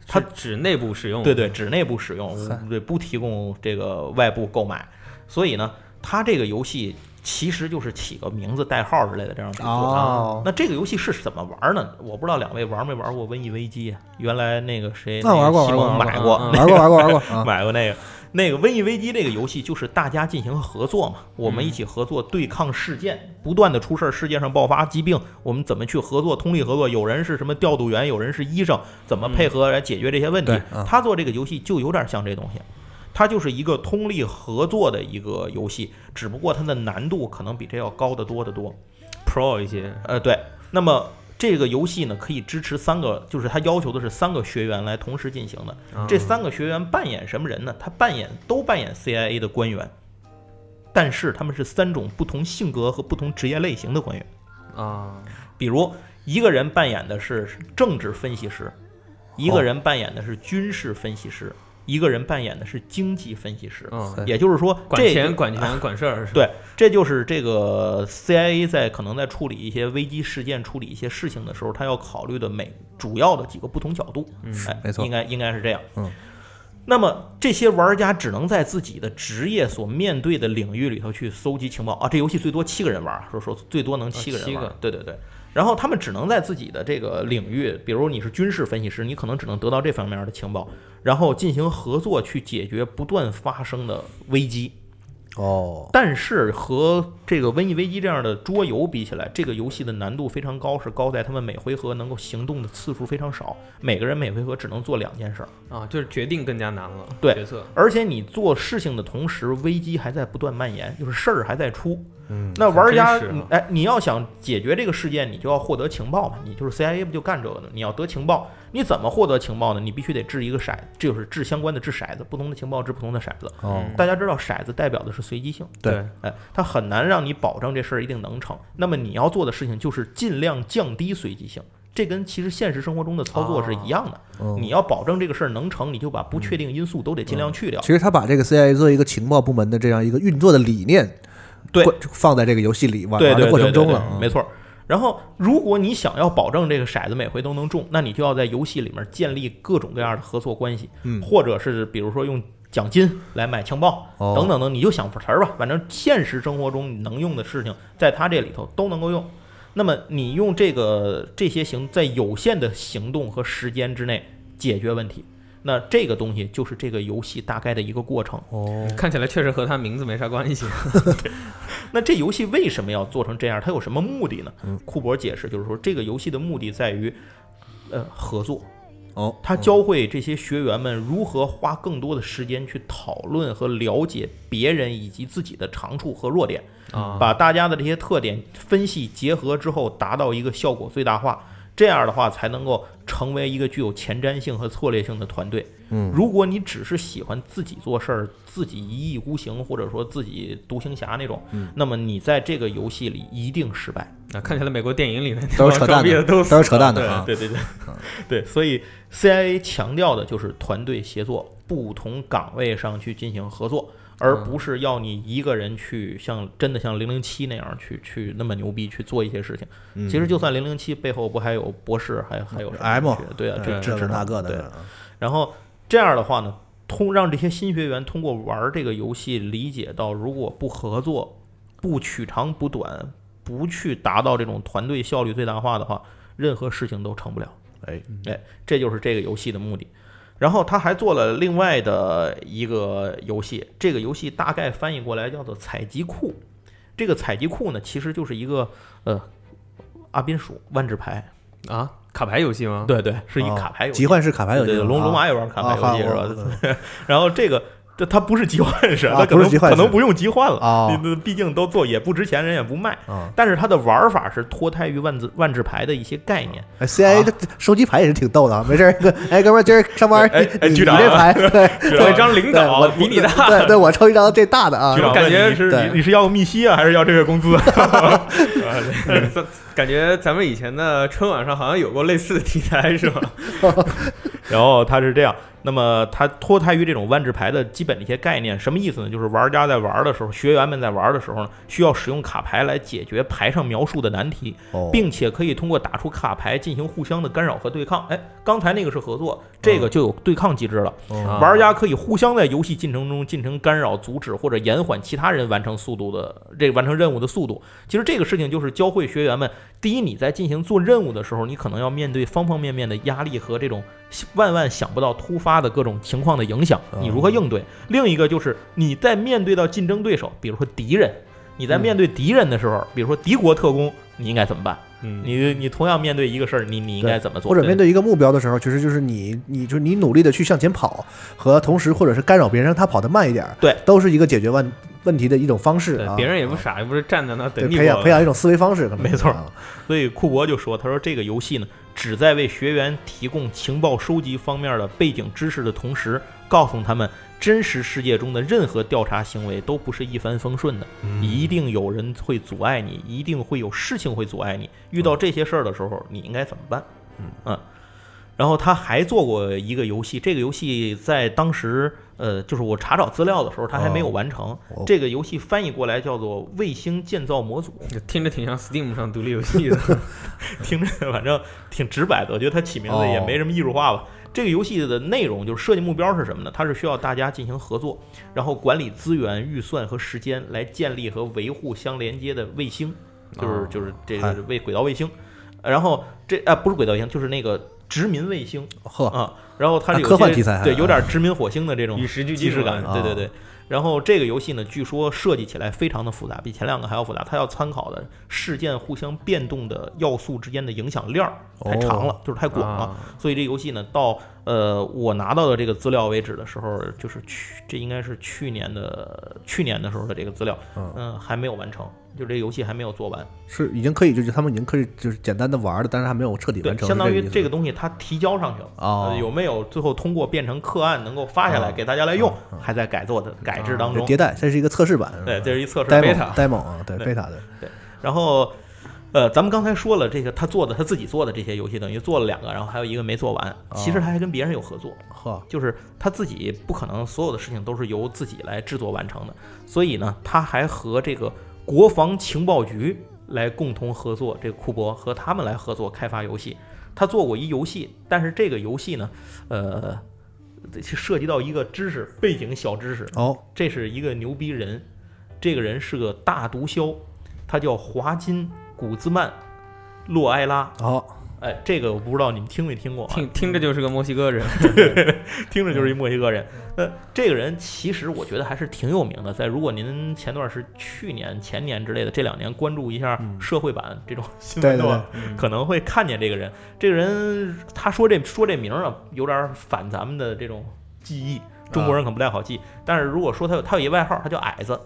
它只内部使用。
嗯
对对，只内部使用，对，不提供这个外部购买。所以呢，它这个游戏其实就是起个名字、代号之类的这样去做。啊
哦
那这个游戏是怎么玩呢？我不知道两位玩没玩过《瘟疫危机》啊？原来那个谁，
那玩过
那个西
玩
蒙
过
买过，
嗯
玩过玩过玩过啊，
买过那个。那个《瘟疫危机》这个游戏就是大家进行合作嘛，我们一起合作对抗事
嗯
件，不断的出事儿，世界上爆发疾病，我们怎么去合作，通力合作？有人是什么调度员，有人是医生，怎么配合来解决这些问题？
嗯
他做这个游戏就有点像这东西。它就是一个通力合作的一个游戏，只不过它的难度可能比这要高得多得多。
，Pro 一些，
呃，对。那么这个游戏呢，可以支持三个，就是它要求的是三个学员来同时进行的。
啊
这三个学员扮演什么人呢？他扮演都扮演 CIA 的官员。但是他们是三种不同性格和不同职业类型的官员。
啊，
比如一个人扮演的是政治分析师，一
哦
个人扮演的是军事分析师，一个人扮演的是经济分析师。
嗯，
也就是说，
管
这啊
钱、管权、管事儿是吧？
对，这就是这个 CIA 在可能在处理一些危机事件、处理一些事情的时候，他要考虑的每主要的几个不同角度。
嗯
哎，
没错
应该应该是这样。
嗯。
那么这些玩家只能在自己的职业所面对的领域里头去搜集情报啊。这游戏最多七个人玩儿，说说最多能七个人玩儿。
啊七个
对对对。然后他们只能在自己的这个领域，比如你是军事分析师，你可能只能得到这方面的情报，然后进行合作去解决不断发生的危机。
哦，
但是和这个《瘟疫危机》这样的桌游比起来，这个游戏的难度非常高，是高在他们每回合能够行动的次数非常少，每个人每回合只能做两件事儿，
啊，就是决定更加难了，
对
决策
而且你做事情的同时，危机还在不断蔓延，就是事儿还在出。嗯，那玩家
真是啊
你哎，你要想解决这个事件，你就要获得情报嘛，你就是 CIA 不就干这个呢？你要得情报，你怎么获得情报呢？你必须得掷一个骰，这就是掷相关的掷骰子，不同的情报掷不同的骰子。
哦，
大家知道骰子代表的是随机性。
对，
哎，它很难让你保证这事儿一定能成。那么你要做的事情就是尽量降低随机性，这跟其实现实生活中的操作是一样的。你要保证这个事儿能成，你就把不确定因素都得尽量去掉。
其实他把这个 CIA 作为一个情报部门的这样一个运作的理念，
对
灌，放在这个游戏里玩
对
玩
对
的
对
过程中
对
了
对，
嗯
没错。然后，如果你想要保证这个骰子每回都能中，那你就要在游戏里面建立各种各样的合作关系，
嗯
或者是比如说用奖金来买情报、
哦
等等等，你就想法词儿吧。反正现实生活中你能用的事情，在它这里头都能够用。那么你用这个这些行在有限的行动和时间之内解决问题，那这个东西就是这个游戏大概的一个过程。
看起来确实和他名字没啥关系。
那这游戏为什么要做成这样？它有什么目的呢？
嗯
库珀解释就是说，这个游戏的目的在于，呃，合作。
哦，
他教会这些学员们如何花更多的时间去讨论和了解别人以及自己的长处和弱点，
啊
把大家的这些特点分析结合之后，达到一个效果最大化。这样的话，才能够成为一个具有前瞻性和策略性的团队。嗯，如果你只是喜欢自己做事儿，自己一意孤行，或者说自己独行侠那种，
嗯
那么你在这个游戏里一定失败。
啊，看起来美国电影里的那
都
帮
是扯
装
淡
逼
的，
的都
都是扯淡的啊。
对对对对 对，所以 CIA 强调的就是团队协作，不同岗位上去进行合作，而不是要你一个人去像真的像零零七那样去去那么牛逼去做一些事情。
嗯
其实就算零零七背后不还有博士，还还有什么
M
学对啊，
对
这
这个
这
那个
对
的，
然后这样的话呢，通让这些新学员通过玩儿这个游戏理解到，如果不合作、不取长补短、不去达到这种团队效率最大化的话，任何事情都成不了。
哎
哎，这就是这个游戏的目的。然后他还做了另外的一个游戏，这个游戏大概翻译过来叫做采集库。这个采集库呢，其实就是一个呃，阿宾鼠万智牌，
啊，卡牌游戏吗？
对对，是一
哦
卡牌游戏
集。幻式卡牌游戏
对，
啊，
龙龙马也玩卡牌游戏是 吧？然后这个这它不是集换式，
啊
它可
不
能
是集换
可
式
能不用集换了
哦，
你毕竟都做也不值钱，人也不卖
啊。
但是它的玩法是脱胎于万字万智牌的一些概念。
哎，CIA
啊
的收集牌也是挺逗的啊，没事儿，哥哎，哥们儿，今儿上班，
哎哎
你
局长
你这 牌，对，
有一张领
对我
导比你大，
对对，我抽一张这大的啊
局，长
感觉
问你是
对
你你是要个密西啊，还是要这个 工资？
咱感觉咱们以前的春晚上好像有过类似的题材是吧？
然后它是这样，那么它脱胎于这种万智牌的基本的一些概念，什么意思呢？就是玩家在玩的时候，学员们在玩的时候呢，需要使用卡牌来解决牌上描述的难题，
哦
并且可以通过打出卡牌进行互相的干扰和对抗。哎，刚才那个是合作，这个就有对抗机制了。
啊
玩家可以互相在游戏进程中进行干扰、阻止或者延缓其他人完成速度的这个完成任务的速度。其实这个事情就是教会学员们，第一，你在进行做任务的时候，你可能要面对方方面面的压力和这种万万想不到突发的各种情况的影响，你如何应对？另一个就是你在面对到竞争对手，比如说敌人，你在面对敌人的时候，比如说敌国特工，你应该怎么办？
嗯
你你同样面对一个事儿，你你应该怎么做？
或者面对一个目标的时候，其实就是你，你就是你努力的去向前跑，和同时或者是干扰别人，让他跑得慢一点儿，
对
都是一个解决问问题的一种方式
对
啊。，
别人也不傻，也不是站在那
对
等你
培养
我
培养一种思维方式，可能
没错
是啊
所以库珀就说：“他说这个游戏呢，旨在为学员提供情报收集方面的背景知识的同时，告诉他们，真实世界中的任何调查行为都不是一帆风顺的，
嗯
一定有人会阻碍你，一定会有事情会阻碍你。遇到这些事儿的时候，你应该怎么办？嗯，然后他还做过一个游戏，这个游戏在当时，呃，就是我查找资料的时候，他还没有完成。
哦
这个游戏翻译过来叫做《卫星建造模组
听着挺像 Steam 上独立游 戏的，》，
听着反正挺直白的，我觉得他起名字也
哦
没什么艺术化吧。这个游戏的内容就是设计目标是什么呢？它是需要大家进行合作，然后管理资源、预算和时间，来建立和维护相连接的卫星，就是就是这个
哦嗨
卫轨道卫星。然后这啊、不是轨道卫星，就是那个殖民卫星。
呵，
啊，然后它是
啊
有
科幻
些
题材还
对，
啊
有点殖民火星的这种
与时俱
既
进
视
嘛
哦感，
啊
对对对。然后这个游戏呢，据说设计起来非常的复杂，比前两个还要复杂。它要参考的事件互相变动的要素之间的影响链儿
哦
太长了，就是太广了。
啊
所以这游戏呢，到呃我拿到的这个资料为止的时候，就是去这应该是去年的去年的时候的这个资料，
嗯
嗯、还没有完成，就这游戏还没有做完。
是已经可以，就是他们已经可以就是简单的玩了，但是还没有彻底
对
完，成，
相当
是
于
这
这个东西它提交上去了，
哦
呃有没有最后通过变成课案能够发下来
哦
给大家来用，还在改做的改制当
个意
中
思是。迭代，这是一个测试版，呃
对，这是一测试
demo demo 啊，对
对
beta 的，
然后，呃，咱们刚才说了，这个他做的他自己做的这些游戏，等于做了两个，然后还有一个没做完。其实他还跟别人有合作，
呵，
就是他自己不可能所有的事情都是由自己来制作完成的，所以呢，他还和这个国防情报局来共同合作，这个库珀和他们来合作开发游戏。他做过一游戏，但是这个游戏呢，呃，涉及到一个知识背景小知识，
哦，
这是一个牛逼人，这个人是个大毒枭，他叫华金古兹曼洛埃拉。
好，
哎，这个我不知道你们听没听过、啊？
听听着就是个墨西哥人，
听着就是一墨西哥人。呃，这个人其实我觉得还是挺有名的，在如果您前段时去年、前年之类的这两年关注一下社会版这种新闻的话， 可能会看见这个人。这个人他说这说这名儿啊，有点反咱们的这种记忆，中国人可不太好记。但是如果说他有他有一外号，他叫矮子。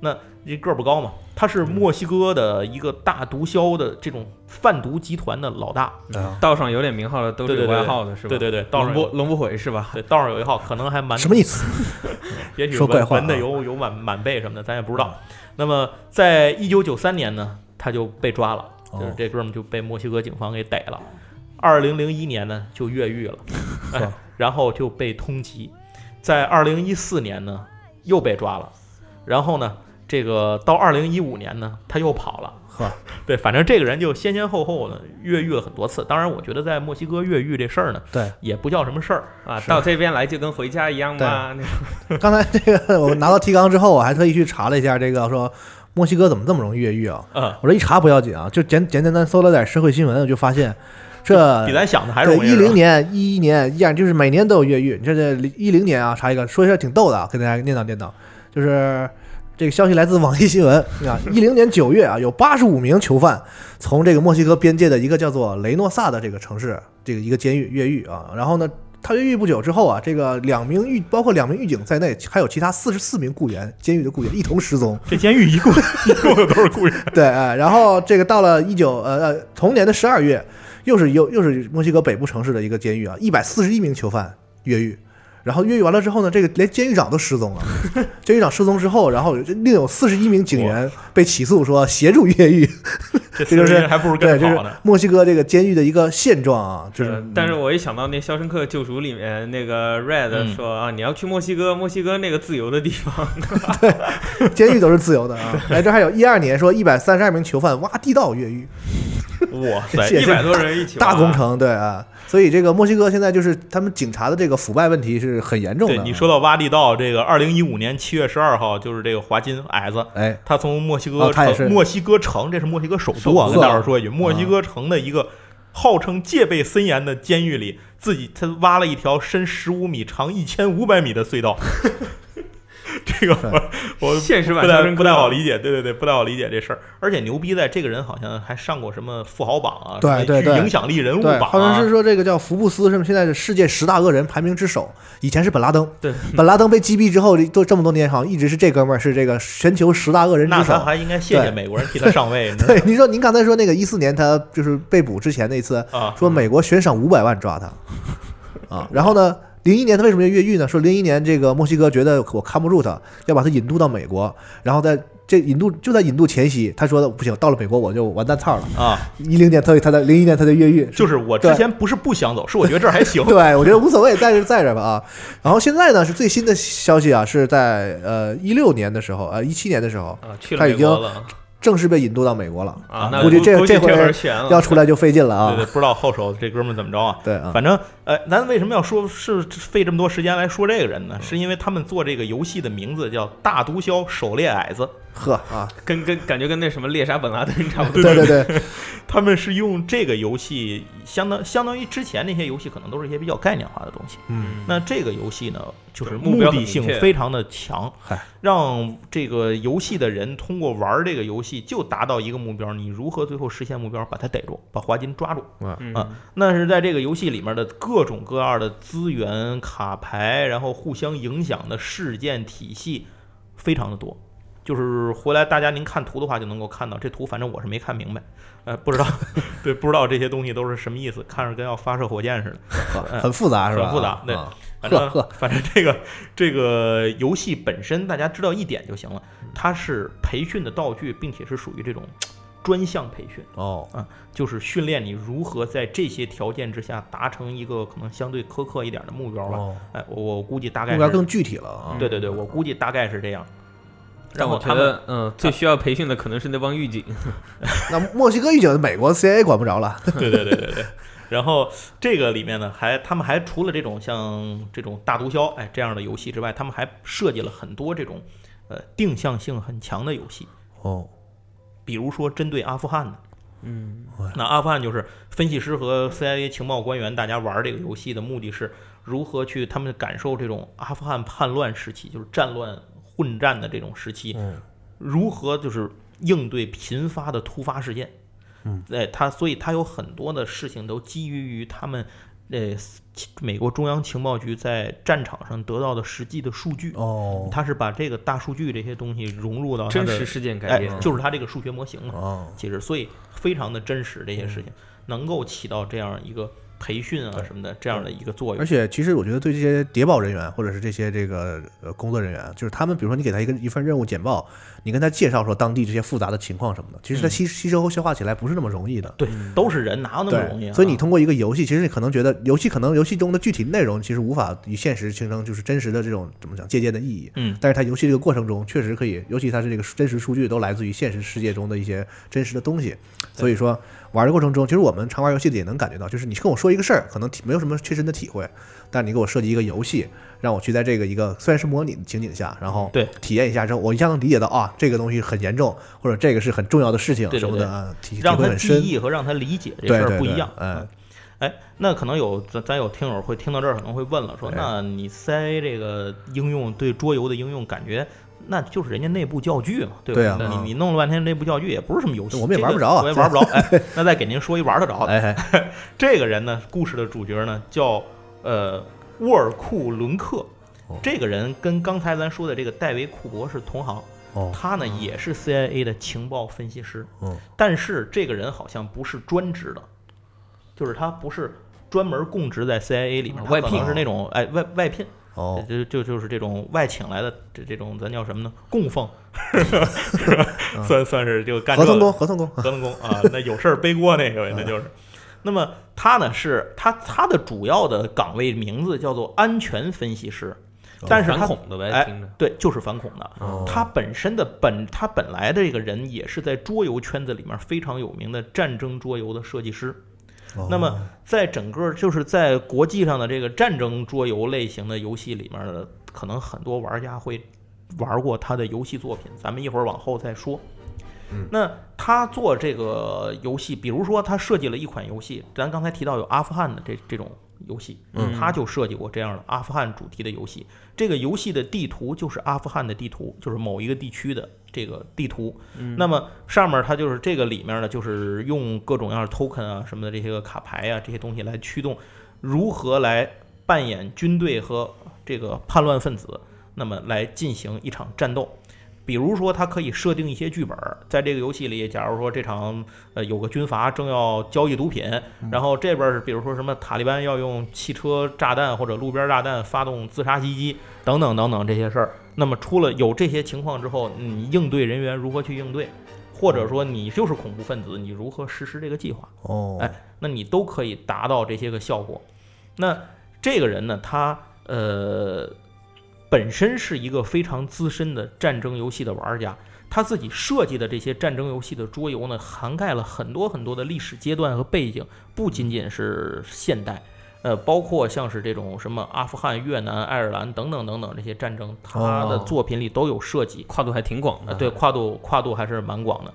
那这个儿不高嘛，他是墨西哥的一个大毒枭的这种贩毒集团的老大，
道上有点名号的都是
对对
有
对
外号的，是吧？
啊对对对，道上
龙不
有
龙不悔是吧？
对道上有一号，可能还蛮
什么意思？
也许
说怪话
闻的
啊嗯
有有满满背什么的，咱也不知道。那么，在一九九三年呢，他就被抓了，
哦
就是这哥们就被墨西哥警方给逮了。二零零一年呢，就越狱了，哎，然后就被通缉。在二零一四年呢，又被抓了。然后呢，这个到二零一五年呢，他又跑了。
呵，
对，反正这个人就先先后后呢越狱了很多次。当然，我觉得在墨西哥越狱这事儿呢，
对，
也不叫什么事儿。
啊，到这边来就跟回家一样嘛。那
刚才这个我拿到提纲之后，我还特意去查了一下，这个说墨西哥怎么这么容易越狱啊？
嗯，
我这一查不要紧啊，就简简简单搜了点社会新闻，我就发现这
比咱想的还
对
容易。
一
是吧
零年、一一年一样，就是每年都有越狱。你这这一零年啊，查一个，说一下挺逗的啊，给大家念叨念叨，就是。这个消息来自网易新闻 啊，一零年九月啊，有八十五名囚犯从这个墨西哥边界的一个叫做雷诺萨的这个城市，这个一个监狱越狱啊。然后呢，他越狱不久之后啊，这个两名狱包括两名狱警在内，还有其他四十四名雇员，监狱的雇员一同失踪。
这监狱一共一共有多少雇员？
对，哎，然后这个到了一九呃呃同年的十二月，又是又又是墨西哥北部城市的一个监狱啊，一百四十一名囚犯越狱，然后越狱完了之后呢，这个连监狱长都失踪了，监狱长失踪之后，然后另有四十一名警员被起诉说协助越狱， 这
这
就
四个
是
人还不如
对，
跟
这
着
是
跑 呢。
墨西哥这个监狱的一个现状啊，就是是
的，呃但是我一想到那《肖申克救赎》里面那个 Red
嗯
说啊，你要去墨西哥，墨西哥那个自由的地方，
监狱都是自由的啊。哎，这还有一二年说一百三十二名囚犯挖地道越狱，
哇塞，
这
一
是
百多人一起
大
挖
工。程对啊。所以这个墨西哥现在就是他们警察的这个腐败问题是很严重的
对
啊。
你说到挖地道，这个二零一五年七月十二号，就是这个华金矮子，
哎，
他从墨西哥
哦他也
城、
是
墨西哥城，这是墨西哥首都啊，
首都
跟
啊
大伙儿说一句，墨西哥城的一个号称戒备森严的监狱里，自己他挖了一条深十五米、长一千五百米的隧道。 这个我我
现实版
不
肖
太
申克
不太好理解，对对对，不太好理解这事儿。而且牛逼在这个人好像还上过什么富豪榜啊，
对
什么
对对
具影响力人物
对，
榜、啊，
好像是说这个叫福布斯，什么现在是世界十大恶人排名之首，以前是本拉登。
对，
本拉登被击毙之后，都这么多年，好像一直是这哥们儿是这个全球十大恶人之
那
首
咱。还应该谢谢
对
美国人替他上 位， 你知道
对，你说您刚才说那个一四年他就是被捕之前那次，
嗯
啊，
说美国悬赏五百万抓他，啊，然后呢，零一年他为什么要越狱呢？说零一年这个墨西哥觉得我看不住他，要把他引渡到美国，然后在这引渡就在引渡前夕，他说的不行，到了美国我就完蛋操了。
啊，
一零年他他在零一年他就越狱，。
就是我之前不是不想走，是我觉得这儿还行
对，我觉得无所谓，在这在这吧啊。然后现在呢是最新的消息啊，是在呃一六年的时候，呃一七年的时候，
啊，去了
他已
美
经
国了
正式被引渡到美国了。
啊，那
估计这
估计
这回
会儿悬了，
要出来就费劲了
对
啊
对，！不知道后手这哥们儿怎么着啊？
对啊，
反正，呃，咱为什么要说是费这么多时间来说这个人
嗯
呢？是因为他们做这个游戏的名字叫《大毒枭狩猎矮子》，
呵啊，
跟跟感觉跟那什么猎杀本拉登差不 多。
对对对，
他们是用这个游戏相当相当于之前那些游戏可能都是一些比较概念化的东西。
嗯，
那这个游戏呢，就是
目
目
标
的
很
性
明确
非常的强，让这个游戏的人通过玩这个游戏就达到一个目标，你如何最后实现目标，把它逮住，把华金抓住。
嗯
啊那是在这个游戏里面的各种各样的资源、卡牌，然后互相影响的事件体系非常的多。就是回来大家您看图的话就能够看到，这图反正我是没看明白，呃，不知道， 对，不知道这些东西都是什么意思，看着跟要发射火箭似的。
呵很复杂是吧？
很复杂
啊
对
啊
反正
呵呵
反正这个这个游戏本身，大家知道一点就行了，它是培训的道具，并且是属于这种专项培训。
哦，
就是训练你如何在这些条件之下达成一个可能相对苛刻一点的目标吧。
哦
哎，我我估计大概
目标
是
更具体了啊！
对对对，我估计大概是这样。
但
然后
我
他
觉
们
得，嗯，最需要培训的可能是那帮狱警。啊
那墨西哥狱警，美国 CIA 管不着了。
对对对对对。然后这个里面呢，还他们还除了这种像这种大毒枭哎这样的游戏之外，他们还设计了很多这种呃定向性很强的游戏。
哦，
比如说针对阿富汗的，
嗯，
那阿富汗就是分析师和 CIA 情报官员，大家玩这个游戏的目的是如何去他们感受这种阿富汗叛乱时期，就是战乱混战的这种时期，如何就是应对频发的突发事件。嗯，哎，他所以他有很多的事情都基于于他们。呃，美国中央情报局在战场上得到的实际的数据，
哦，
他是把这个大数据这些东西融入到他
真
的
实事件改
哎
编，，
就是它这个数学模型嘛，
哦，嗯
其实所以非常的真实这些事情，能够起到这样一个培训啊什么的这样的一个作
而
用。
且其实我觉得对这些谍报人员或者是这些这个呃工作人员，就是他们，比如说你给他一个一份任务简报，你跟他介绍说当地这些复杂的情况什么的，其实他吸吸收和消化起来不是那么容易的。
对，都是人，哪有那么容易
嗯对，
啊？
所以你通过一个游戏，其实你可能觉得游戏可能游戏中的具体内容其实无法与现实形成就是真实的这种怎么讲借鉴的意义。
嗯
但是它游戏这个过程中确实可以，尤其它是这个真实数据都来自于现实世界中的一些真实的东西。所以说玩的过程中，其实我们常玩游戏的也能感觉到，就是你跟我说一个事儿，可能体没有什么切身的体会，但你给我设计一个游戏，让我去在这个一个虽然是模拟的情景下，然后
对
体验一下之后，我一下能理解到啊这个东西很严重，或者这个是很重要的事情
对对
什么的，
对
啊体体
让
会
他
很
记
深。
忆和让他理解这
对
事
对
儿不
对
一样。
哎，
哎，那可能有咱咱有听友会听到这儿，可能会问了，说
哎
那你塞这个应用对桌游的应用，感觉那就是人家内部教具嘛，对吧？
对啊
你
嗯
你弄了半天内部教具也不是什么游戏，
我们也
这个
玩不着啊
我也玩不 着。哎，那再给您说一玩得着的。
哎哎，
这个人呢，故事的主角呢叫呃沃尔库伦克
哦。
这个人跟刚才咱说的这个戴维库伯是同行，
哦，
他呢也是 CIA 的情报分析师，
嗯，
但是这个人好像不是专职的，就是他不是专门供职在 CIA 里面，他
外
可
聘
能是那种哎外外聘，
嗯哦，
就就就是这种外请来的这这种咱叫什么呢？供奉， 算算是就干这
合
个
同工，合同工，
合同工啊，那有事儿背锅那个，那就是。
嗯
那么他呢是他他的主要的岗位名字叫做安全分析师，但是
哦反
他
恐的哦呗，听
哎
着。
对就是反恐的。他本身的本他本来的这个人也是在桌游圈子里面非常有名的战争桌游的设计师。那么在整个就是在国际上的这个战争桌游类型的游戏里面的，可能很多玩家会玩过他的游戏作品，咱们一会儿往后再说。那他做这个游戏，比如说他设计了一款游戏，咱刚才提到有阿富汗的这这种游戏，嗯，他就设计过这样的阿富汗主题的游戏。这个游戏的地图就是阿富汗的地图，就是某一个地区的这个地图。
嗯
那么上面它就是这个里面呢，就是用各种样的 token 啊什么的这些个卡牌啊这些东西来驱动，如何来扮演军队和这个叛乱分子，那么来进行一场战斗。比如说，它可以设定一些剧本儿，在这个游戏里，假如说这场呃有个军阀正要交易毒品，然后这边儿是比如说什么塔利班要用汽车炸弹或者路边炸弹发动自杀袭击等等等等这些事儿。那么出了有这些情况之后，你应对人员如何去应对，或者说你就是恐怖分子，你如何实施这个计划？
哦，
哎那你都可以达到这些个效果。那这个人呢，他呃本身是一个非常资深的战争游戏的玩家，他自己设计的这些战争游戏的桌游呢，涵盖了很多很多的历史阶段和背景，不仅仅是现代。呃，包括像是这种什么阿富汗、越南、爱尔兰等等等等这些战争，他的
哦
作品里都有涉及。
跨度还挺广
啊，
的。
对，跨度跨度还是蛮广的。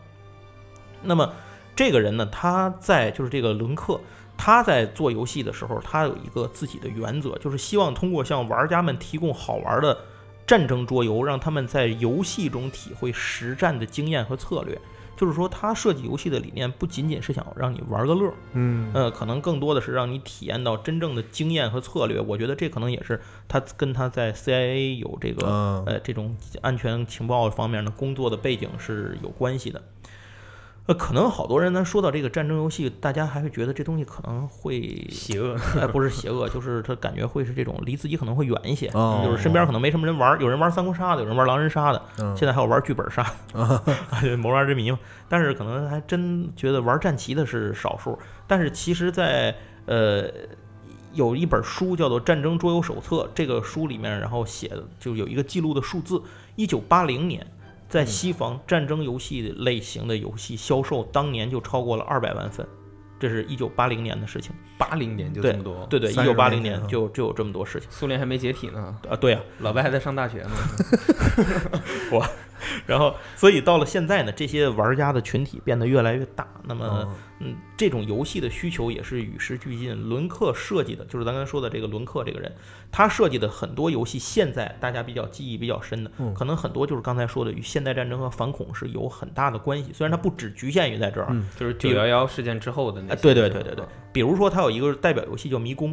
那么这个人呢，他在就是这个伦克，他在做游戏的时候，他有一个自己的原则，就是希望通过向玩家们提供好玩的战争桌游，让他们在游戏中体会实战的经验和策略。就是说，他设计游戏的理念不仅仅是想让你玩个乐儿，
嗯
呃，可能更多的是让你体验到真正的经验和策略。我觉得这可能也是他跟他在 CIA 有这
啊
个
嗯
呃，这种安全情报方面的工作的背景是有关系的。呃，可能好多人呢说到这个战争游戏，大家还会觉得这东西可能会
邪恶，
哎，不是邪恶，就是他感觉会是这种离自己可能会远一些，
哦
就是身边可能没什么人玩儿，有人玩三国杀的，有人玩狼人杀的，
嗯
现在还有玩剧 本杀的，谋杀之谜嘛。但是可能还真觉得玩战棋的是少数。但是其实在，呃有一本书叫做《战争桌游手册》，这个书里面然后写的就有一个记录的数字，一九八零年。
嗯
在西方，战争游戏类型的游戏销售当年就超过了二百万份，这是一九八零年的事情。
八零年就这么多，
对对，一
30
九八零
年前
年
啊
就就有这么多事情
苏联还没解体呢，
啊，对呀、
老白还在上大学呢。
然后，所以到了现在呢，这些玩家的群体变得越来越大。那么，
哦
嗯，这种游戏的需求也是与时俱进。伦克设计的，就是咱刚才说的这个伦克这个人，他设计的很多游戏，现在大家比较记忆比较深的，
嗯
可能很多就是刚才说的与现代战争和反恐是有很大的关系。虽然它不只局限于在这儿，
嗯
就是九幺幺事件之后的那
啊，
些
对对对对对，比如说它有一个代表游戏叫《迷宫》，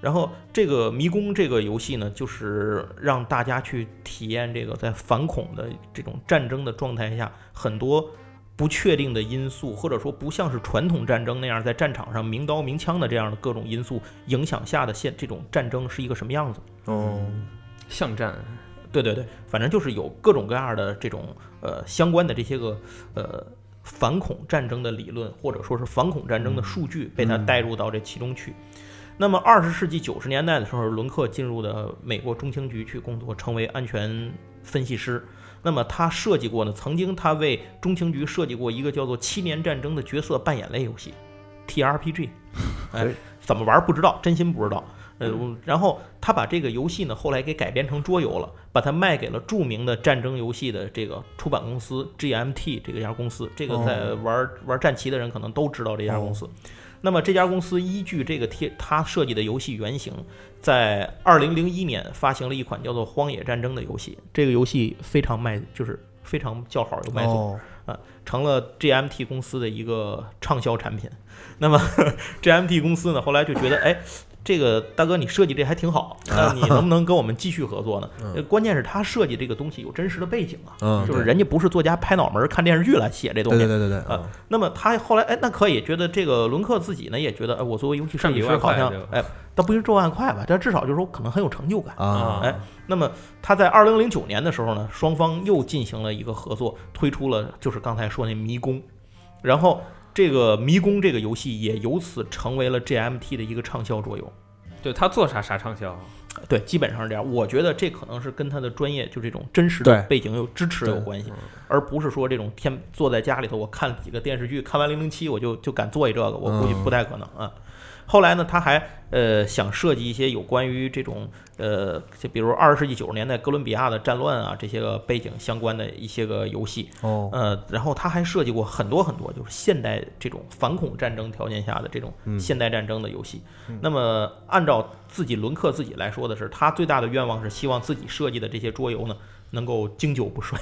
然后这个《迷宫》这个游戏呢，就是让大家去体验这个在反恐的这种战争的状态下，很多不确定的因素，或者说不像是传统战争那样在战场上明刀明枪的这样的各种因素影响下的现这种战争是一个什么样子。
哦，
巷战，
对对对，反正就是有各种各样的这种呃相关的这些个呃反恐战争的理论，或者说是反恐战争的数据被他带入到这其中去。那么，二十世纪九十年代的时候，伦克进入的美国中情局去工作，成为安全分析师。那么他设计过呢，曾经他为中情局设计过一个叫做“七年战争”的角色扮演类游戏，TRPG。哎
哎，
怎么玩不知道，真心不知道。呃，我然后他把这个游戏呢，后来给改编成桌游了，把它卖给了著名的战争游戏的这个出版公司 GMT 这个家公司。这个在玩、玩战棋的人可能都知道这家
嗯
公司。那么这家公司依据这个贴他设计的游戏原型，在二零零一年发行了一款叫做《荒野战争》的游戏。这个游戏非常卖，就是非常叫好又卖座。
哦，
成了 GMT 公司的一个畅销产品。那么 GMT 公司呢，后来就觉得，哎，这个大哥你设计这还挺好，那你能不能跟我们继续合作呢？呃关键是他设计这个东西有真实的背景啊，
嗯
就是人家不是作家拍脑门儿看电视剧来写这东
对
西。
对对对对，
啊那么他后来哎，那可以觉得这个伦克自己呢也觉得，哎，我作为游戏设
赚
计
几
师
万
好
块
像
就
哎，倒不是赚万块吧，但至少就是说可能很有成就感。
啊，
哎，那么他在二零零九年的时候呢，双方又进行了一个合作，推出了就是刚才说那迷宫，然后这个迷宫这个游戏也由此成为了 GMT 的一个畅销桌游。
对他做啥啥畅销，
对，基本上是这样。我觉得这可能是跟他的专业就这种真实的
对嗯
背景有支持有关系，而不是说这种天坐在家里头，我看几个电视剧，看完零零七我就就敢做一这个，我估
嗯
计不太可能啊。后来呢，他还呃想设计一些有关于这种呃，就比如二十世纪九十年代哥伦比亚的战乱啊这些个背景相关的一些个游戏，
哦，
呃，然后他还设计过很多很多，就是现代这种反恐战争条件下的这种现代战争的游戏。那么，按照自己伦克自己来说的是，他最大的愿望是希望自己设计的这些桌游呢，能够经久不衰。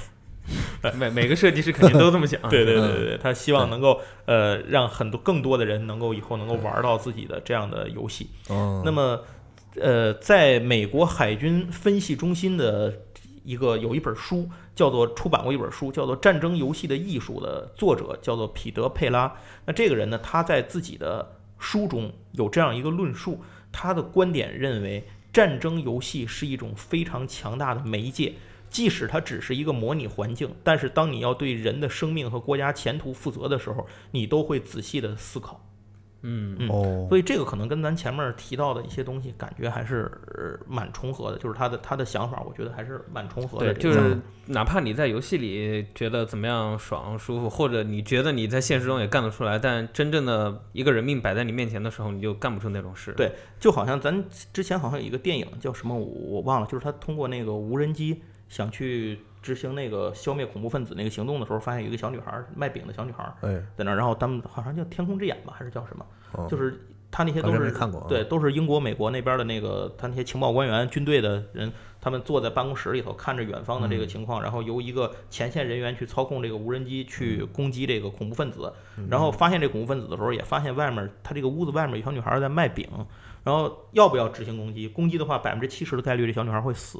每每个设计师肯定都这么想。
对对对对对，他希望能够呃，让很多更多的人能够以后能够玩到自己的这样的游戏。
哦
那么，呃，在美国海军分析中心的一个有一本书叫做出版过一本书叫做《战争游戏的艺术》的作者叫做彼得·佩拉。那这个人呢，他在自己的书中有这样一个论述，他的观点认为战争游戏是一种非常强大的媒介。即使它只是一个模拟环境，但是当你要对人的生命和国家前途负责的时候，你都会仔细的思考。
嗯，
嗯
哦，
所以这个可能跟咱前面提到的一些东西感觉还是呃蛮重合的，就是他的他的想法，我觉得还是蛮重合的
对，
这
就
个。
是哪怕你在游戏里觉得怎么样爽舒服，或者你觉得你在现实中也干得出来，但真正的一个人命摆在你面前的时候，你就干不出那种事。
对就好像咱之前好像有一个电影叫什么，我我忘了，就是他通过那个无人机想去执行那个消灭恐怖分子那个行动的时候，发现有一个小女孩儿卖饼的小女孩儿
哎，
在那儿，然后他们好像叫天空之眼吧，还是叫什么？
哦
就是他那些都
好像
是
没看过啊
对，都是英国、美国那边的那个他那些情报官员、军队的人，他们坐在办公室里头看着远方的
嗯
这个情况，然后由一个前线人员去操控这个无人机去
嗯
攻击这个恐怖分子，然后发现这恐怖分子的时候，也发现外面他这个屋子外面有小女孩在卖饼，然后要不要执行攻击？攻击的话，百分之七十的概率这小女孩会死，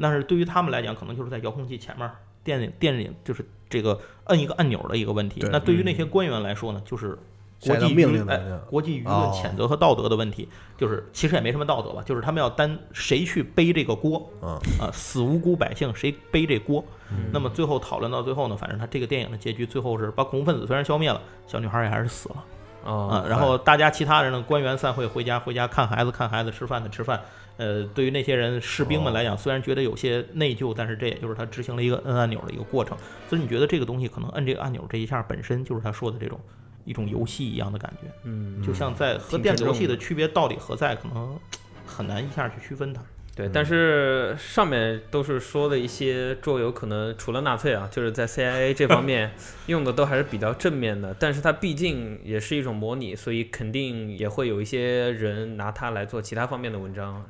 但是对于他们来讲，可能就是在遥控器前面。电影电影就是这个摁一个按钮的一个问题。
对嗯
那对于那些官员来说呢，就是国
下一
际
道
舆
命令
论哎
的
国际舆论
哦
谴责和道德的问题，就是其实也没什么道德吧，就是他们要担谁去背这个锅
嗯
啊，死无辜百姓谁背这锅。那么最后讨论到最后呢，反正他这个电影的结局最后是把恐怖分子虽然消灭了，小女孩也还是死了
哦
啊。，然后大家其他人呢，官员散会回家，回家看孩子看孩子，吃饭的吃饭。呃，对于那些人士兵们
哦
来讲，虽然觉得有些内疚，但是这也就是他执行了一个摁按钮的一个过程。所以你觉得这个东西可能摁这个按钮这一下本身就是他说的这种一种游戏一样的感觉。
嗯，
就像在和
挺
电
沉
子游戏
重
的区别到底何在，可能很难一下去区分它。
对，但是上面都是说的一些桌游，可能除了纳粹啊，就是在 CIA 这 方面用的都还是比较正面的。但是它毕竟也是一种模拟，所以肯定也会有一些人拿它来做其他方面的文章。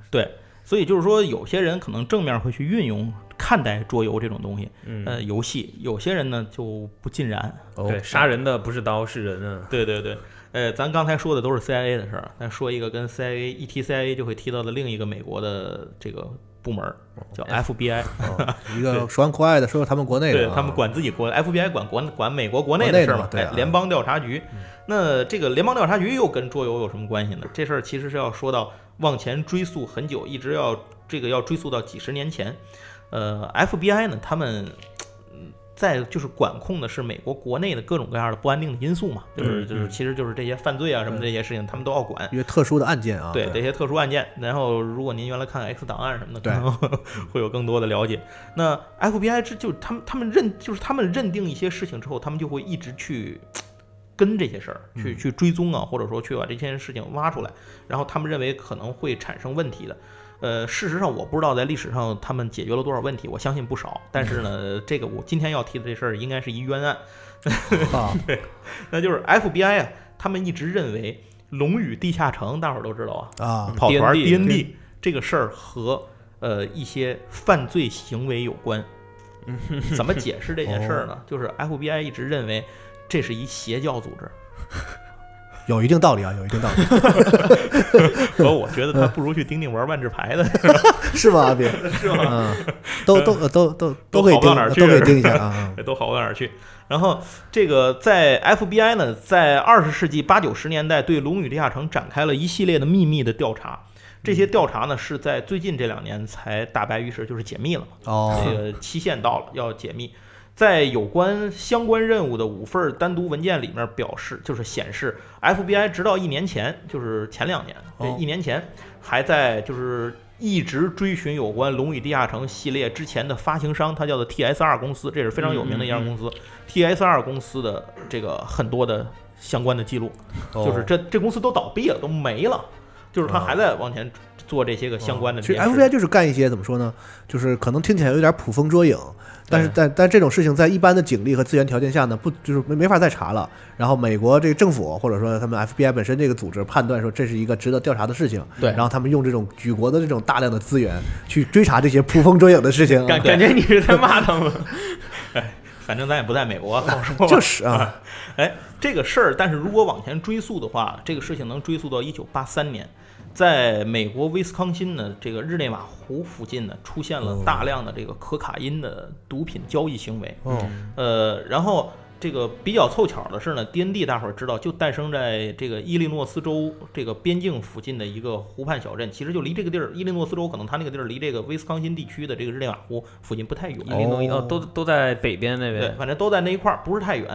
所以就是说，有些人可能正面会去运用看待桌游这种东西，
嗯，
呃，游戏；有些人呢就不尽然。
哦
对，杀人的不是刀，是人啊。
对对对，呃，咱刚才说的都是 CIA 的事儿，咱说一个跟 CIA 一提 CIA 就会提到的另一个美国的这个部门儿叫 FBI，
哦一个说完国外的，说说他们国内的
对
啊，
他们管自己国 FBI 管国管美国国内
国内
的事儿
的
嘛，
对啊嗯
哎联邦调查局。那这个联邦调查局又跟桌游有什么关系呢？这事儿其实是要说到往前追溯很久，一直要这个要追溯到几十年前。呃，FBI 呢，他们嗯在就是管控的是美国国内的各种各样的不安定的因素嘛，
嗯
就是就是其实就是这些犯罪啊什么这些事情，他们都要管。
一个特殊的案件啊，
对这些特殊案件。然后，如果您原来看 X 档案什么的，可能 会有更多的了解。那 FBI 这就他们他们认就是他们认定一些事情之后，他们就会一直去。跟这些事儿
嗯
去去追踪啊，或者说去把这些事情挖出来，然后他们认为可能会产生问题的。呃，事实上我不知道在历史上他们解决了多少问题，我相信不少。但是 呢，这个我今天要提的这事儿应该是一冤案，
啊，
那就是 FBI 啊，他们一直认为《龙与地下城》，大伙儿都知道啊，
啊，
跑团
D&D
D 这个事儿和呃一些犯罪行为有 关。怎么解释这件事儿呢？就是 FBI 一直认为这是一邪教组 织，
有一定道理啊，有一定道理，
可我觉得他不如去钉钉玩万智牌的，
是吗？阿斌，是吗？嗯，都都呃都都
都
可以
好不到
盯，
哪儿去，
都可以盯一下啊
都好不到哪儿去。然后这个在 FBI 呢，在二十世纪八九十年代对龙与地下城展开了一系列的秘密的调查。这些调查呢，是在最近这两年才大白于世，就是解密了嘛。这
哦，
个期限到了，要解密。在有关相关任务的五份单独文件里面表示，就是显示 FBI 直到一年前，就是前两年，这
哦
一年前还在就是一直追寻有关《龙与地下城》系列之前的发行商，它叫做 TSR 公司，这是非常有名
嗯
的一家公司。TSR 公司的这个很多的相关的记录，就是
哦
这这公司都倒闭了，都没了，就是它还在往前做这些个相关的
哦
这
其
些
实
事情。
FBI 就是干一些怎么说呢，就是可能听起来有点捕风捉影，但是但但这种事情在一般的警力和资源条件下呢，不就是没没法再查了。然后美国这个政府或者说他们 FBI 本身这个组织判断说这是一个值得调查的事情，
对
然后他们用这种举国的这种大量的资源去追查这些捕风捉影的事情，
感感觉你是在骂他 们。
哎反正咱也不在美 国，好说吧
就是啊，
哎，这个事儿，但是如果往前追溯的话，这个事情能追溯到一九八三年。在美国威斯康辛呢，这个日内瓦湖附近呢，出现了大量的这个可卡因的毒品交易行为。
哦，
呃，然后这个比较凑巧的是呢，D N D 大伙儿知道，就诞生在这个伊利诺斯州这个边境附近的一个湖畔小镇，其实就离这个地儿，伊利诺斯州可能它那个地儿离这个威斯康辛地区的这个日内瓦湖附近不太远。
伊利诺伊哦，都都在北边那
对，
边。
反正都在那一块儿，不是太远。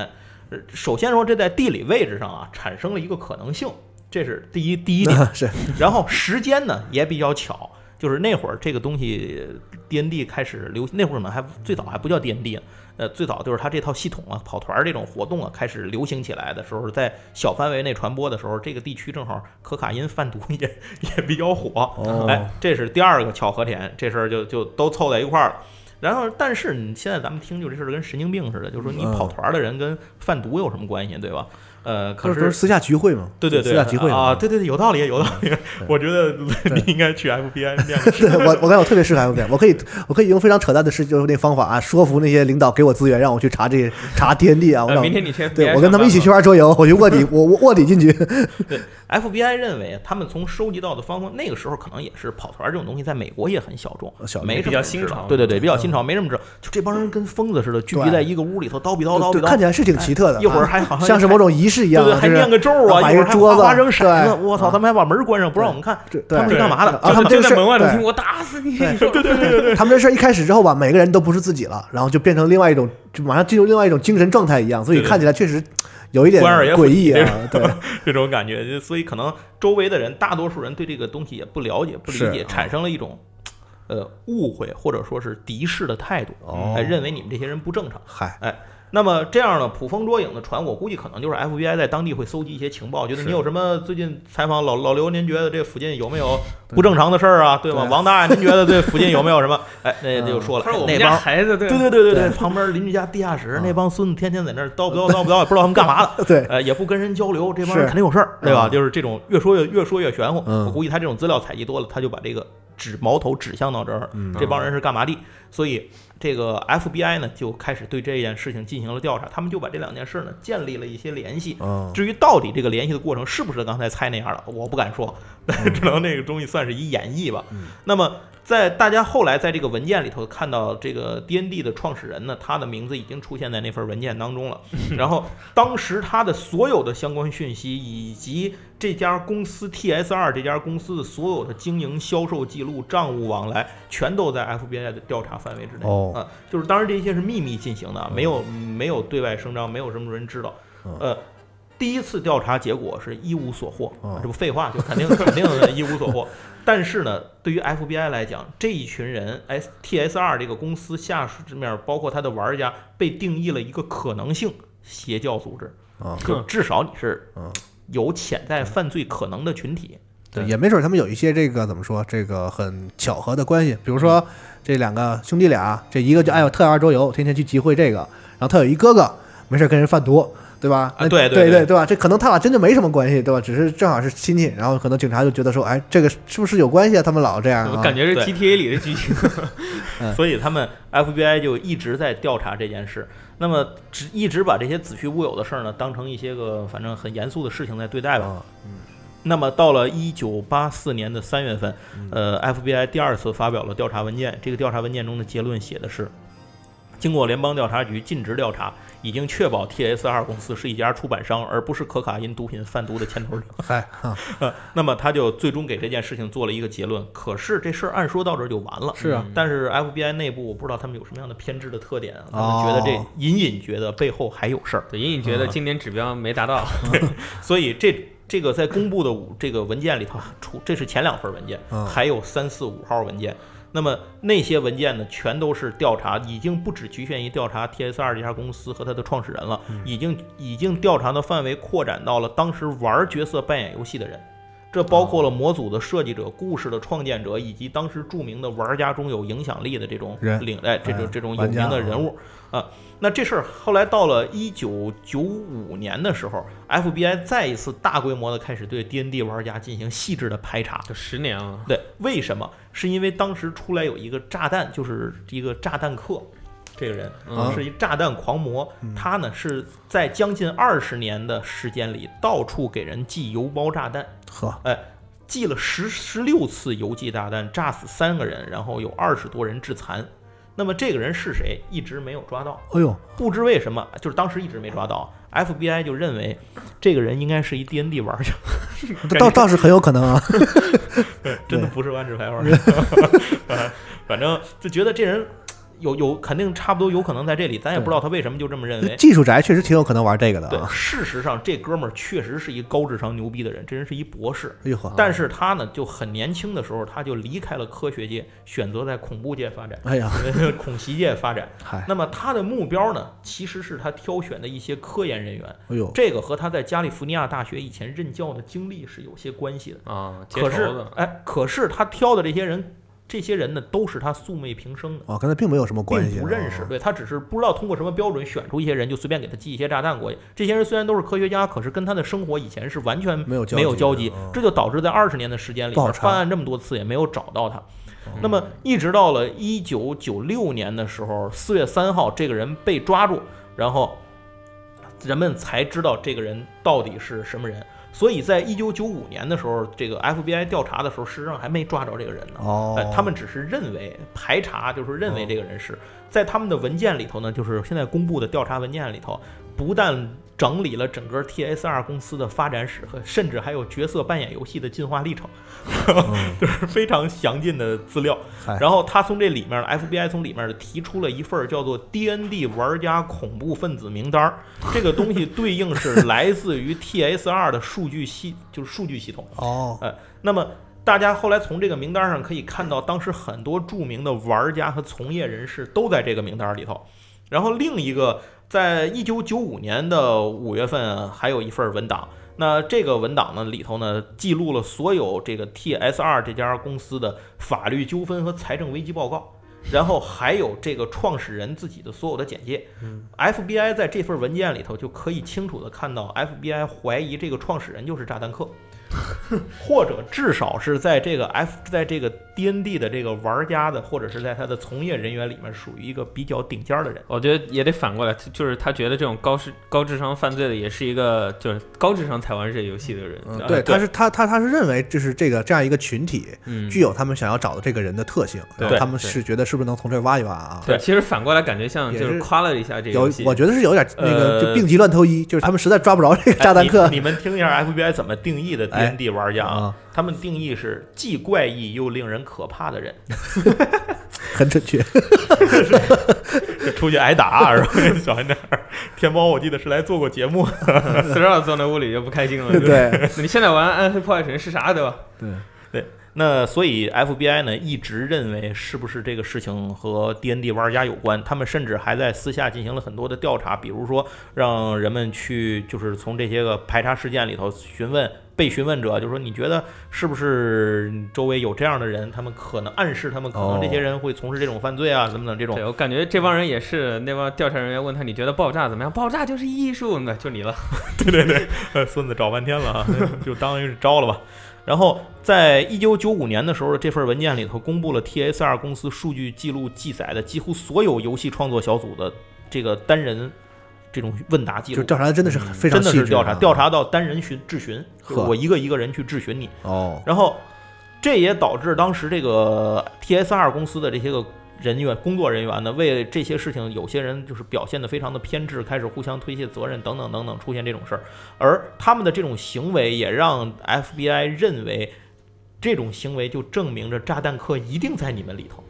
呃首先说，这在地理位置上啊，产生了一个可能性，这是第一第一 点。
是
然后时间呢也比较巧，就是那会儿这个东西 D N D 开始流行，那会儿可能还最早还不叫 D N D 呢，呃，最早就是它这套系统啊，跑团儿这种活动啊开始流行起来的时候，在小范围内传播的时候，这个地区正好可卡因贩毒也也比较火，
哦
哎，这是第二个巧合点，这事儿就就都凑在一块儿了。然后，但是你现在咱们听就这事儿跟神经病似的，就是说
嗯
你跑团儿的人跟贩毒有什么关系，对吧？呃，可
都是都是私下聚会嘛，
对对对，
私下聚会
啊，
嘛。
对对对，有道理，有道理。 我觉得你应该去 FBI 面试。
对我，我感觉我特别适合 M 片，我可以，我可以用非常扯淡的事，就是那方法啊，说服那些领导给我资源，让我去查这查 D N D 啊。我
呃，
让
明天你去 FBI
对我跟他们一起去
上
玩桌游，我去卧 底，我我卧底进去。
FBI 认为他们从收集到的方方，那个时候可能也是跑团这种东西，在美国也很呃小众，
小众
没什么
比较
人
新
知道嗯
潮
对对对，比较新潮，没什么知道。就这帮人跟疯子似的，聚集
对
在一个屋里头，叨逼叨叨逼
对
叨，哎
看起来是挺奇特的，
一会儿
啊
还好像
像是某种仪式一样
对
啊，
对，还
就是
念个咒啊，
摆
一
一个
会儿啊还
桌子，
花生骰子，
对
我操，他们还把门关上，不让我们看，
对对
他们是干嘛的？
啊他们这
就
个
在
事儿
门外头听
对
我打死你！对对对，
他们这事儿一开始之后吧，每个人都不是自己了，然后就变成另外一种，就马上进入另外一种精神状态一样，所以
对对
看起来确实有一点
关二爷
诡异
这
啊。对，
这种感觉，所以可能周围的人，大多数人对这个东西也不了解、不理
是
解，
啊
产生了一种呃误会或者说是敌视的态度，
哦
哎，认为你们这些人不正常。哎
嗨，
那么这样呢，捕风捉影的传，我估计可能就是 FBI 在当地会搜集一些情报，觉得你有什么最近采访老老刘，您觉得这附近有没有不正常的事儿啊？对吗？
对嗯
王大爷，您觉得这附近有没有什么？哎， 那就说了，
他说我
那
们
帮
家孩子，对
对对对对对，旁边邻居家地下
嗯
室那帮孙子天天在那儿叨不叨叨不叨，也不知道他们干嘛的。
对
呃，也不跟人交流，这帮
是
人肯定有事儿，对吧？
嗯
就是这种越说越越说越玄乎。
嗯
我估计他这种资料采集多了，他就把这个指矛头指向到这儿，
嗯
这帮人是干嘛的？所以这个 FBI 呢就开始对这件事情进行了调查，他们就把这两件事呢建立了一些联系。
嗯，
至于到底这个联系的过程是不是刚才猜那样的，我不敢说，
嗯
只能那个东西算是一演绎吧。那么，在大家后来在这个文件里头看到这个 D N D 的创始人呢，他的名字已经出现在那份文件 当中了。然后，当时他的所有的相关讯息以及这家公司 T S R 这家公司的所有的经营、销售记录、账务往来，全都在 F B I 的调查范围之内。
哦
啊，就是当然这些是秘密进行的啊，没有没有对外声张，没有什么人知道。呃，第一次调查结果是一无所获，啊
哦
这不废话，就肯定 肯定是一无所获。但是呢，对于 FBI 来讲，这一群人，S TSR 这个公司下属这面，包括他的玩家，被定义了一个可能性邪教组织，
哦
就至少你是
嗯
有潜在犯罪可能的群体。
对，也没准他们有一些这个怎么说，这个很巧合的关系，比如
嗯
说这两个兄弟俩，这一个就爱特爱玩桌游，天天去集会这个，然后他有一哥哥，没事跟人贩毒。对吧？那
啊对对
对
对
对吧？这可能他俩真就没什么关系，对吧？只是正好是亲戚，然后可能警察就觉得说，哎，这个是不是有关系啊？他们老这样
我
啊，
感觉是
对
GTA 里的剧情。
所以他们 FBI 就一直在调查这件事。那么只一直把这些子虚乌有的事儿呢，当成一些个反正很严肃的事情在对待吧。
啊
那么到了一九八四年的三月份，
嗯
呃，FBI 第二次发表了调查文件。这个调查文件中的结论写的是，经过联邦调查局尽职调查，已经确保 TSR 公司是一家出版商，而不是可卡因毒品贩毒的牵头人。
嗨，啊
呃，那么他就最终给这件事情做了一个结论。可是这事儿按说到这儿就完了，
是啊
但是 FBI 内部我不知道他们有什么样的偏执的特点啊，他
哦
们觉得这隐隐觉得背后还有事儿。
对，隐隐觉得今年指标没达到，
所以这这个在公布的五这个文件里头，除这是前两份文件
嗯，
还有三四五号文件。那么那些文件呢，全都是调查，已经不只局限于调查 TSR 这家公司和它的创始人了，
嗯
已经已经调查的范围扩展到了当时玩角色扮演游戏的人。这包括
哦
了模组的设计者、故事的创建者，以及当时著名的玩家中有影响力的这种
人
领哎，这种
嗯
这种有
玩家
名的
啊
人物啊。那这事儿后来到了一九九五年的时候，FBI 再一次大规模的开始对 D N D 玩家进行细致的排查。
就十年了。
对，为什么？是因为当时出来有一个炸弹，就是一个炸弹客，这个人、
嗯
是一炸弹狂魔，他呢是在将近二十年的时间里到处给人寄邮包炸弹。
呵，
哎，记了十十六次游击大弹，炸死三个人，然后有二十多人致残。那么这个人是谁，一直没有抓到。
哎呦，
不知为什么，就是当时一直没抓到。FBI 就认为这个人应该是一 D N D 玩家，
倒倒是很有可能啊。
真的不是万智牌玩家。 反正就觉得这人有有肯定差不多有可能在这里，咱也不知道他为什么就这么认为。
技术宅确实挺有可能玩这个的
对，
啊。
事实上这哥们儿确实是一高智商牛逼的人，这人是一博士。
哎呦呵，，
但是他呢，就很年轻的时候，他就离开了科学界，选择在恐怖界发展
哎呀，
恐袭界发展。
嗨，
那么他的目标呢，其实是他挑选的一些科研人员，
哎呦，
这个和他在加利福尼亚大学以前任教的经历是有些关系的。
啊，结
可
仇
是
的，
哎，可是他挑的这些人，这些人呢，都是他素昧平生的。
哦，跟他并没有什么关系
并
啊，
不认识，对他只是不知道通过什么标准选出一些人，就随便给他寄一些炸弹过去。这些人虽然都是科学家，可是跟他的生活以前是完全
没有交集的
没有交集
嗯，
这就导致在二十年的时间里
不好
边
查
犯案这么多次也没有找到他。
嗯
那么一直到了一九九六年的时候，四月三号，这个人被抓住，然后人们才知道这个人到底是什么人。所以在一九九五年的时候，这个 FBI 调查的时候，事实上还没抓着这个人呢。
哦
呃，他们只是认为排查，就是认为这个人是在他们的文件里头呢，就是现在公布的调查文件里头，不但整理了整个 TSR 公司的发展史和，甚至还有角色扮演游戏的进化历程， 就是非常详尽的资料
嗯嗨。
然后他从这里面，FBI 从里面提出了一份叫做 DND 玩家恐怖分子名单儿，这个东西对应是来自于 TSR 的数据系，就是数据系统。
哦，
呃，那么大家后来从这个名单上可以看到，当时很多著名的玩家和从业人士都在这个名单里头。然后另一个，在一九九五年的五月份，还有一份文档。那这个文档呢里头呢，记录了所有这个 TSR 这家公司的法律纠纷和财政危机报告，然后还有这个创始人自己的所有的简介。FBI 在这份文件里头就可以清楚的看到，FBI 怀疑这个创始人就是炸弹客。或者至少是在这个 F 在这个 D N D 的这个玩家的，或者是在他的从业人员里面属于一个比较顶尖儿的人。
我觉得也得反过来，就是他觉得这种高智高智商犯罪的也是一个就是高智商才玩这游戏的人，啊
嗯
呃，
对，
对
他是他他他是认为就是这个这样一个群体
嗯，
具有他们想要找的这个人的特性，然后
对
他们
对
是觉得是不是能从这儿挖一挖啊？
对，其实反过来感觉像
也
就是是夸了一下这
有
游戏，，
我觉得是有点那个，
呃
就病急乱投医，就是他们实在抓不着这个炸弹
哎
客
你你们听一下 F B I 怎么定义的 D
哎
N D 玩家
啊
啊？他们定义是既怪异又令人可怕的人，
很准确。
就出去挨打啊是吧？小心点儿。天猫我记得是来做过节目，
四 十二坐在屋里就不开 心了。就是，
对，
你现在玩《暗黑破坏神》是啥对吧？
那所以 FBI 呢一直认为是不是这个事情和 D N D 玩家有关，他们甚至还在私下进行了很多的调查，比如说让人们去就是从这些个排查事件里头询问被询问者，就说你觉得是不是周围有这样的人，他们可能暗示他们可能这些人会从事这种犯罪啊，怎么怎么这种
嗯
对，我感觉这帮人也是那帮调查人员问他你觉得爆炸怎么样？爆炸就是艺术，那就你了。
呃， 孙子找半天了啊，就当于是招了吧。然后，在一九九五年的时候，这份文件里头公布了 TSR 公司数据记录记载的几乎所有游戏创作小组的这个单人这种问答记
就
录，
调查的真的是很非常
嗯真的
细致
是
啊，
调查，调查到单人询质询，就是
呵
我一个一个人去质询你。
哦，
然后，这也导致当时这个 TSR 公司的这些个人员、工作人员呢，为这些事情，有些人就是表现得非常的偏执，开始互相推卸责任，等等等等，出现这种事儿。而他们的这种行为，也让 FBI 认为这种行为就证明着炸弹客一定在你们里头，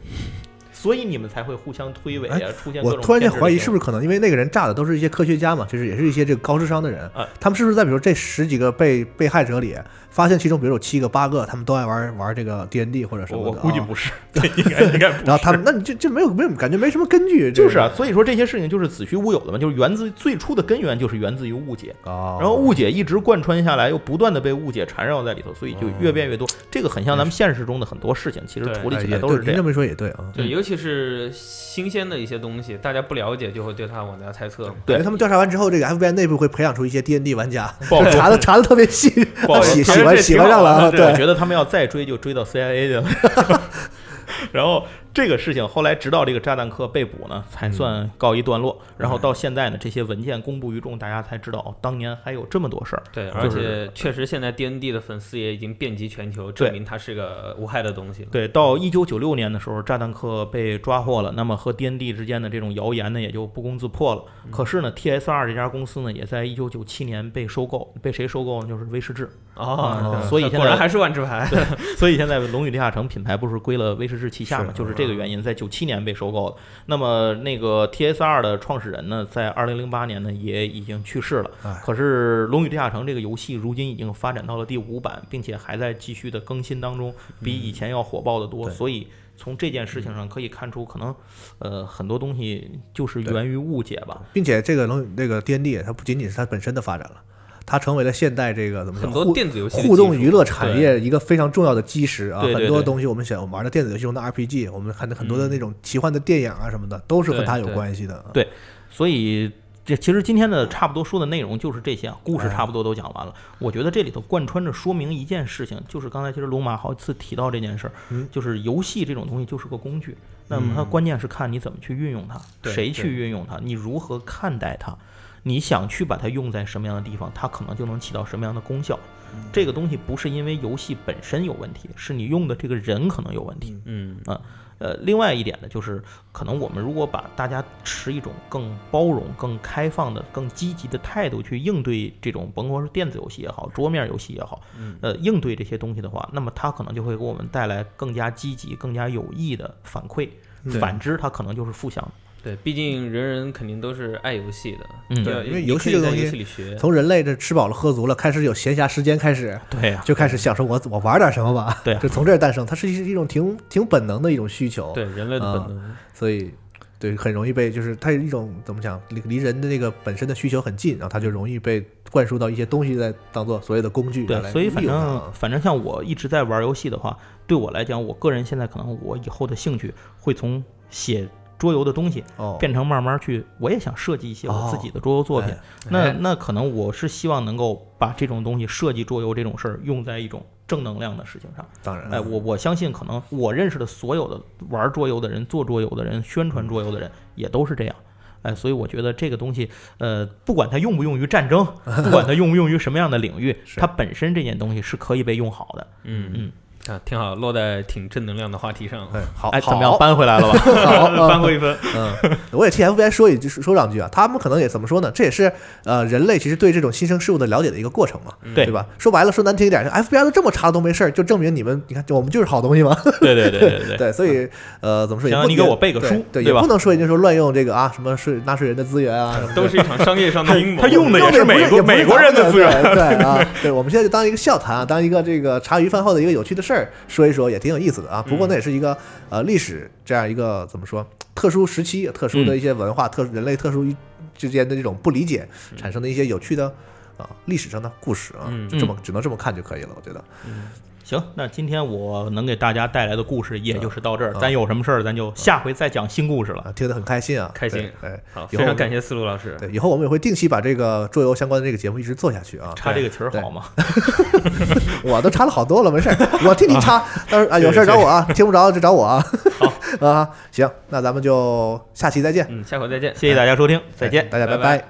所以你们才会互相推诿啊，出现各
哎我
种。
突然间怀疑是不是可能，因为那个人炸的都是一些科学家嘛，就是也是一些这个高智商的人
啊，
他们是不是在比如这十几个被被害者里，发现其中比如有七个八个他们都爱玩玩这个 D N D 或者什
我
么的，
我估计
啊
不是，对，应该应该不是。
然后他们，那你这这没有没有感觉没什么根据，这
就
个
是啊，所以说这些事情就是子虚乌有的嘛，就是源自于最初的根源就是源自于误解。
哦，
然后误解一直贯穿下来，又不断的被误解缠绕在里头，所以就越变越多。这个很像咱们现实中的很多事情，其实
对
处理
哎
起
也
来都
对
是这
您这
样。
么一说也对啊。
对，尤其是新鲜的一些东西，大家不了解就会对他往下猜测。
对
感觉他们调查完之后，这个 FBI 内部会培养出一些 D N D 玩家，
好说
查的查的特别细，
不好
他
说
喜
其实
喜欢
这
喜
挺
欢
好
上了啊，
玩的
我
对，
觉得他们要再追就追到 CIA 去了。然后这个事情后来直到这个炸弹客被捕呢，才算告一段落。然后到现在呢，这些文件公布于众，大家才知道哦，当年还有这么多事儿。
对，
就
而
是
且确实现在 D N D 的粉丝也已经遍及全球，
对
证明它是个无害的东西了。
对，到一九九六年的时候，炸弹客被抓获了，那么和 D N D 之间的这种谣言呢，也就不攻自破了。
嗯
可是呢，T S R 这家公司呢，也在一九九七年被收购，被谁收购呢？就是威士忌。
哦
嗯，所以现在
果然还是万智牌。
所以现在龙与地下城品牌不是归了威士忌旗下嘛，
是嗯
就是这个原因，在九七年被收购了。那么那个 TSR 的创始人呢，在二零零八年呢也已经去世了
哎。
可是龙与地下城这个游戏如今已经发展到了第五版，并且还在继续的更新当中，比以前要火爆的多。
对
所以从这件事情上可以看出，可能呃很多东西就是源于误解吧。
并且这个龙这个 D N D 它不仅仅是它本身的发展了，它成为了现代这个怎么说
很多
互
电子游戏的
互动
基础
娱乐产业一个非常重要的基石啊。
对对
很多
对
东西我们想我们玩的电子游戏中的 R P G，我们看的很多的那种奇幻的电影啊什么的，都是和
嗯对
它有
对
关系的。啊
对所以这其实今天的差不多说的内容就是这些啊，故事差不多都讲完了。
哎
我觉得这里头贯穿着说明一件事情，就是刚才其实龙马好几次提到这件事儿，
嗯
就是游戏这种东西就是个工具，那么它关键是看你怎么去运用它，
对
谁去
对
运用它，你如何看待它。你想去把它用在什么样的地方，它可能就能起到什么样的功效。
嗯
这个东西不是因为游戏本身有问题，是你用的这个人可能有问题。
嗯，
呃，另外一点呢，就是可能我们如果把大家持一种更包容、更开放的、更积极的态度去应对这种，甭管是电子游戏也好，桌面游戏也好，呃，应对这些东西的话，那么它可能就会给我们带来更加积极、更加有益的反馈。反之，它可能就是负向的。
对，毕竟人人肯定都是爱游戏的，
嗯
要
对因为
你
游
可
戏
以
这个
在
东西
游戏里学。
从人类这吃饱了喝足了，开始有闲暇时间开始，
对呀、
就开始想说我我玩点什么吧。
对啊
就从这儿诞生，它是一一种挺挺本能的一种需求。
对人类的
啊
本能，
所以对很容易被就是它是一种怎么讲离离人的那个本身的需求很近，然后它就容易被灌输到一些东西在当做所谓的工具来
对
利用它啊。，
所以反正反正像我一直在玩游戏的话，对我来讲，我个人现在可能我以后的兴趣会从写桌游的东西
哦，
变成慢慢去，我也想设计一些我自己的桌游作品。
哦
那那可能我是希望能够把这种东西设计桌游这种事儿用在一种正能量的事情上。
当然
哎，我我相信可能我认识的所有的玩桌游的人、做桌游的人、宣传桌游的人也都是这样。哎，所以我觉得这个东西，呃，不管它用不用于 战争，不管它用不用于什么样的领域，它本身这件东西是可以被用好的。
嗯
嗯
啊，挺好，落在挺正能量的话题上。
哎 好，
哎，
好
怎么样，搬回来了吧？
好，
翻
嗯
过一分，
嗯，我也替 FBI 说一句说两句啊，他们可能也怎么说呢？这也是呃人类其实对这种新生事物的了解的一个过程嘛，
嗯对
对吧？说白了，说难听一点，FBI 都这么查都没事儿，就证明你们，你看，就我们就是好东西嘛。
对对 对对对嗯
对，所以呃，怎么说？也
行
不
你给
也
我背个
对
书
对，
对
也
吧
不能说人家说乱用这个啊，什么税纳税人的资源啊，什么
都是一场商业上 的阴谋。
他用的也
用
是
不
美国
也不是
美国人的资源。
咱们对对 啊，对，我们现在就当一个笑谈啊，当一个这个茶余饭后的一个有趣的事儿说一说，也挺有意思的啊。不过
嗯
那也是一个呃历史这样一个怎么说特殊时期、特
嗯
殊的一些文化、特人类特殊一之间的这种不理解
嗯
产生的一些有趣的啊历史上的故事啊，
嗯
就这么只能这么看就可以了，我觉得。
行，那今天我能给大家带来的故事也就是到这儿，
嗯
咱有什么事儿咱就下回再讲新故事了。
啊，听得很开心啊，
开心
对，哎
好，
以后我
非常
们
感谢思路老师。
对，以后我们也会定期把这个桌游相关的这个节目一直做下去啊。
插这个旗儿好吗？
我都插了好多了，没事儿，我替你插。 到时候啊，有事儿找我啊，听不着就找我 啊。好啊，行，那咱们就下期再见，嗯
嗯，下回再见。哎
谢谢大家收听，再见。
大家拜
拜拜
拜